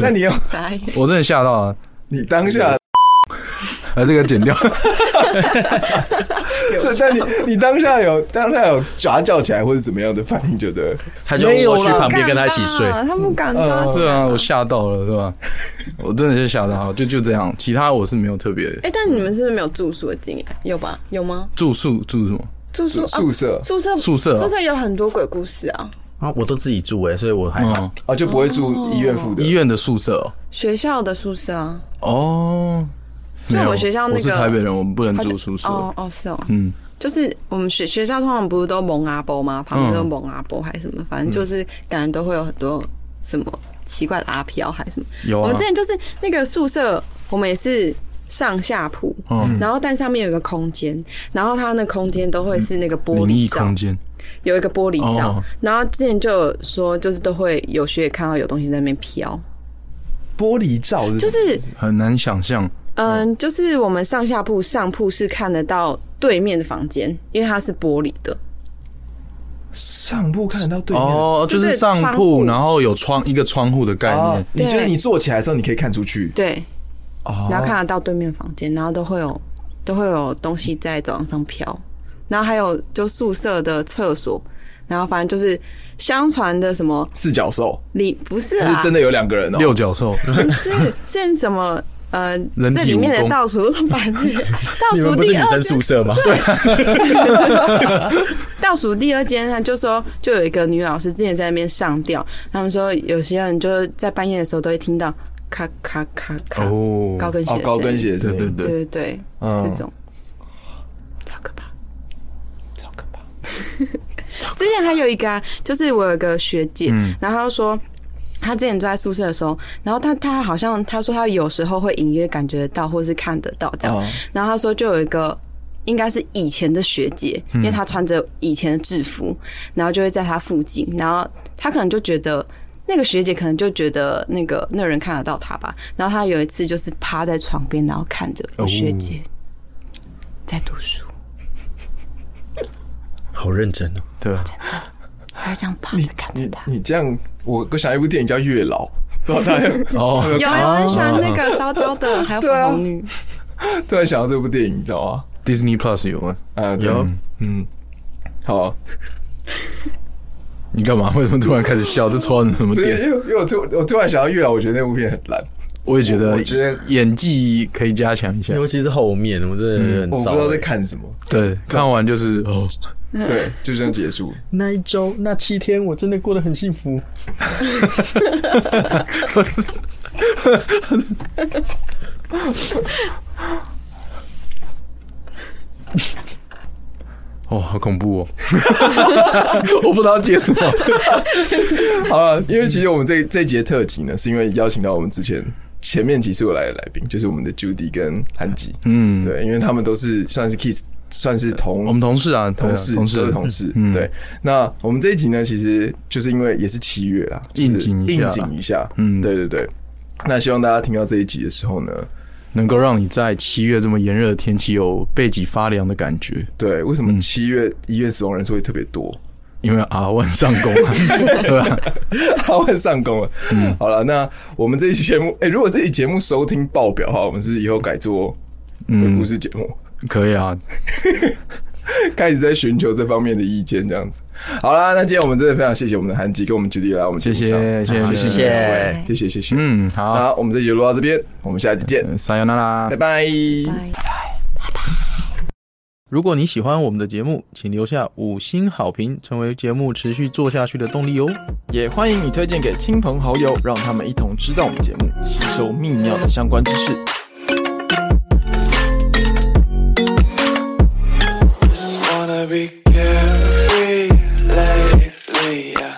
[SPEAKER 3] 那你有
[SPEAKER 1] 傻眼
[SPEAKER 2] 我真的吓到了。
[SPEAKER 3] 你 当下，
[SPEAKER 2] 把这个剪掉。
[SPEAKER 3] 所以但你你当下有当下有抓叫起来或者怎么样的反应，就对了。
[SPEAKER 5] 他就
[SPEAKER 2] 没有
[SPEAKER 5] 我
[SPEAKER 2] 啦
[SPEAKER 5] 去旁边跟他一起睡
[SPEAKER 1] 不。敢吧他不敢抓
[SPEAKER 2] 对啊，我吓到了， 对吧？我真的是吓到，就就这样。其他我是没有特别
[SPEAKER 1] 哎、但你们是不是没有住宿的经验？有吧？有吗？
[SPEAKER 2] 住宿住什么？
[SPEAKER 1] 住宿
[SPEAKER 3] 宿宿舍
[SPEAKER 1] 啊宿舍
[SPEAKER 2] 宿舍啊
[SPEAKER 1] 宿舍有很多鬼故事啊！
[SPEAKER 5] 啊，我都自己住哎、所以我还好。
[SPEAKER 2] 嗯，
[SPEAKER 3] 啊，就不会住医院附的
[SPEAKER 1] 哦
[SPEAKER 2] 医。院的宿舍
[SPEAKER 1] 学校的宿舍啊，
[SPEAKER 2] 哦，
[SPEAKER 1] 就
[SPEAKER 2] 没有
[SPEAKER 1] 我学校那个
[SPEAKER 2] 我是台北人，我们不能
[SPEAKER 1] 好像
[SPEAKER 2] 住宿舍。
[SPEAKER 1] 哦哦是哦，
[SPEAKER 2] 嗯，
[SPEAKER 1] 就是我们学学校通常不是都蒙阿波吗？旁边都蒙阿波还是什么，
[SPEAKER 2] 嗯
[SPEAKER 1] 反正就是感觉都会有很多什么奇怪的阿飘还是什么。
[SPEAKER 2] 有啊
[SPEAKER 1] 我们之前就是那个宿舍，我们也是上下铺，
[SPEAKER 2] 嗯
[SPEAKER 1] 然后但上面有一个空间，然后它那空间都会是那个
[SPEAKER 2] 灵
[SPEAKER 1] 玻璃
[SPEAKER 2] 异
[SPEAKER 1] 罩
[SPEAKER 2] 空，间，
[SPEAKER 1] 有一个玻璃罩。
[SPEAKER 2] 哦
[SPEAKER 1] 然后之前就有说，就是都会有学姐看到有东西在那边飘，
[SPEAKER 3] 玻璃罩是
[SPEAKER 1] 就是
[SPEAKER 2] 很难想象。
[SPEAKER 1] 嗯，就是我们上下铺上铺是看得到对面的房间，因为它是玻璃的。
[SPEAKER 3] 上铺看得到对面的
[SPEAKER 2] 哦，就
[SPEAKER 1] 就是是
[SPEAKER 2] 上
[SPEAKER 1] 窗
[SPEAKER 2] 铺，
[SPEAKER 1] 户哦
[SPEAKER 2] 然后有窗一个窗户的概
[SPEAKER 3] 啊
[SPEAKER 2] 念。，
[SPEAKER 3] 你
[SPEAKER 1] 对
[SPEAKER 3] 觉得你坐起来的时候，你可以看出去
[SPEAKER 1] 对，
[SPEAKER 3] 哦
[SPEAKER 1] 然后看得到对面房间，然后都会有都会有东西在走廊上飘，然后还有就宿舍的厕所，然后反正就是相传的什么
[SPEAKER 3] 四角兽，
[SPEAKER 1] 里不是
[SPEAKER 3] 是
[SPEAKER 1] 啊，
[SPEAKER 3] 真的有两个人哦。
[SPEAKER 2] 六角兽，
[SPEAKER 1] 是是什么呃
[SPEAKER 2] 人，体
[SPEAKER 1] 这里面
[SPEAKER 2] 蜈
[SPEAKER 1] 的
[SPEAKER 2] 蚣
[SPEAKER 1] 倒数反正倒
[SPEAKER 5] 你们
[SPEAKER 1] 数
[SPEAKER 5] 不是
[SPEAKER 1] 第
[SPEAKER 5] 女
[SPEAKER 1] 二
[SPEAKER 5] 生
[SPEAKER 1] 间
[SPEAKER 5] 宿舍吗？对，
[SPEAKER 1] 倒数第二间，他就说，就有一个女老师之前在那边上吊，他们说有些人就是在半夜的时候都会听到咔咔咔咔
[SPEAKER 2] 哦
[SPEAKER 1] 高跟鞋
[SPEAKER 3] 哦
[SPEAKER 1] 的声音、，
[SPEAKER 3] 高跟鞋
[SPEAKER 2] 对
[SPEAKER 3] 是不
[SPEAKER 2] 对
[SPEAKER 3] 是
[SPEAKER 1] 对
[SPEAKER 2] 对，
[SPEAKER 1] 对对，
[SPEAKER 3] 嗯
[SPEAKER 1] 这种超可怕，超可怕。 之前还有一个啊，就是我有一个学姐，然后她就说。她之前住在宿舍的时候，然后她她好像她说她有时候会隐约感觉得到，或是看得到这样。
[SPEAKER 3] 哦
[SPEAKER 1] 然后她说就有一个应该是以前的学姐，
[SPEAKER 3] 嗯
[SPEAKER 1] 因为她穿着以前的制服，然后就会在她附近，然后她可能就觉得那个学姐可能就觉得那个那个人看得到她吧，然后她有一次就是趴在床边，然后看着我学姐
[SPEAKER 3] 哦
[SPEAKER 1] 在读书，
[SPEAKER 5] 好认真哦。
[SPEAKER 2] 对，啊
[SPEAKER 1] 还是这样趴着看着
[SPEAKER 3] 你
[SPEAKER 1] 她。
[SPEAKER 3] 你这样，我我想一部电影叫《月老》， 不知道大家 有
[SPEAKER 2] 哦，
[SPEAKER 1] 有有很喜欢那 个烧焦的，还有
[SPEAKER 3] 对啊
[SPEAKER 1] 粉红女，
[SPEAKER 3] 突然想到这部电影，你知道吗？
[SPEAKER 2] Disney Plus 有吗？
[SPEAKER 3] 啊，对
[SPEAKER 2] 有，
[SPEAKER 3] 嗯，好，
[SPEAKER 2] 你干嘛？ 为什么突然开始笑？这戳到你什么
[SPEAKER 3] 不是因
[SPEAKER 2] 点？
[SPEAKER 3] 为因为我突我突然想到《月老》，我觉得那部片很烂，
[SPEAKER 2] 我也觉
[SPEAKER 3] 我
[SPEAKER 2] 得
[SPEAKER 3] 我觉得
[SPEAKER 2] 演技可以加强一下。
[SPEAKER 5] 尤其是后面，我真
[SPEAKER 2] 嗯
[SPEAKER 5] 的很
[SPEAKER 3] 我不
[SPEAKER 5] 糟
[SPEAKER 3] 知道在
[SPEAKER 5] 欸。
[SPEAKER 3] 看什么，
[SPEAKER 2] 对，看完就是哦，
[SPEAKER 3] 对，就这样结束。
[SPEAKER 5] 那一周那七天，我真的过得很幸福。
[SPEAKER 2] 哦，好恐怖哦！ 我不知道接什么。
[SPEAKER 3] 好了，因为其实我们这这一节特辑呢，是因为邀请到我们之前前面几次有来的来宾，就是我们的 Judy 跟韩吉，
[SPEAKER 2] 嗯，
[SPEAKER 3] 对，因为他们都是算是 Kiss，算是同
[SPEAKER 2] 我们同事啊，对啊
[SPEAKER 3] 同事，
[SPEAKER 2] 同
[SPEAKER 3] 都
[SPEAKER 2] 事
[SPEAKER 3] 是，同事。
[SPEAKER 2] 嗯
[SPEAKER 3] 对，那我们这一集呢，其实就是因为也是七月啦，就是
[SPEAKER 2] 应景一下
[SPEAKER 3] 应景一下。
[SPEAKER 2] 嗯
[SPEAKER 3] 嗯，对对对。那希望大家听到这一集的时候呢，
[SPEAKER 2] 能够让你在七月这么炎热的天气有背脊发凉的感觉，
[SPEAKER 3] 对，为什
[SPEAKER 2] 嗯
[SPEAKER 3] 么七月医院死亡人数会特别 多？
[SPEAKER 2] 因为阿万上工啊， 对吧？
[SPEAKER 3] 他会上工了。
[SPEAKER 2] 嗯
[SPEAKER 3] 好了，那我们这一期节目， 哎、如果这一期节目收听爆表的话，我们是以后改做鬼故事节目。
[SPEAKER 2] 嗯 可以啊，
[SPEAKER 3] 开始在寻求这方面的意见，这样子。好啦，那今天我们真的非常谢谢我们的韩吉跟我们举例来我们节目
[SPEAKER 2] 谢谢
[SPEAKER 3] 上
[SPEAKER 2] 谢谢
[SPEAKER 3] 好
[SPEAKER 2] 啊谢
[SPEAKER 5] 谢
[SPEAKER 3] 两位谢谢谢谢。
[SPEAKER 2] 嗯，好，呃
[SPEAKER 3] 那我们这集就录到这边，我们下期见，
[SPEAKER 2] 撒由那拉
[SPEAKER 3] 拜。拜。
[SPEAKER 1] 拜
[SPEAKER 2] 如果你喜欢我们的节目，请留下五星好评，成为节目持续做下去的动力哦。
[SPEAKER 3] 也欢迎你推荐给亲朋好友，让他们一同知道我们节目，吸收泌尿的相关知识。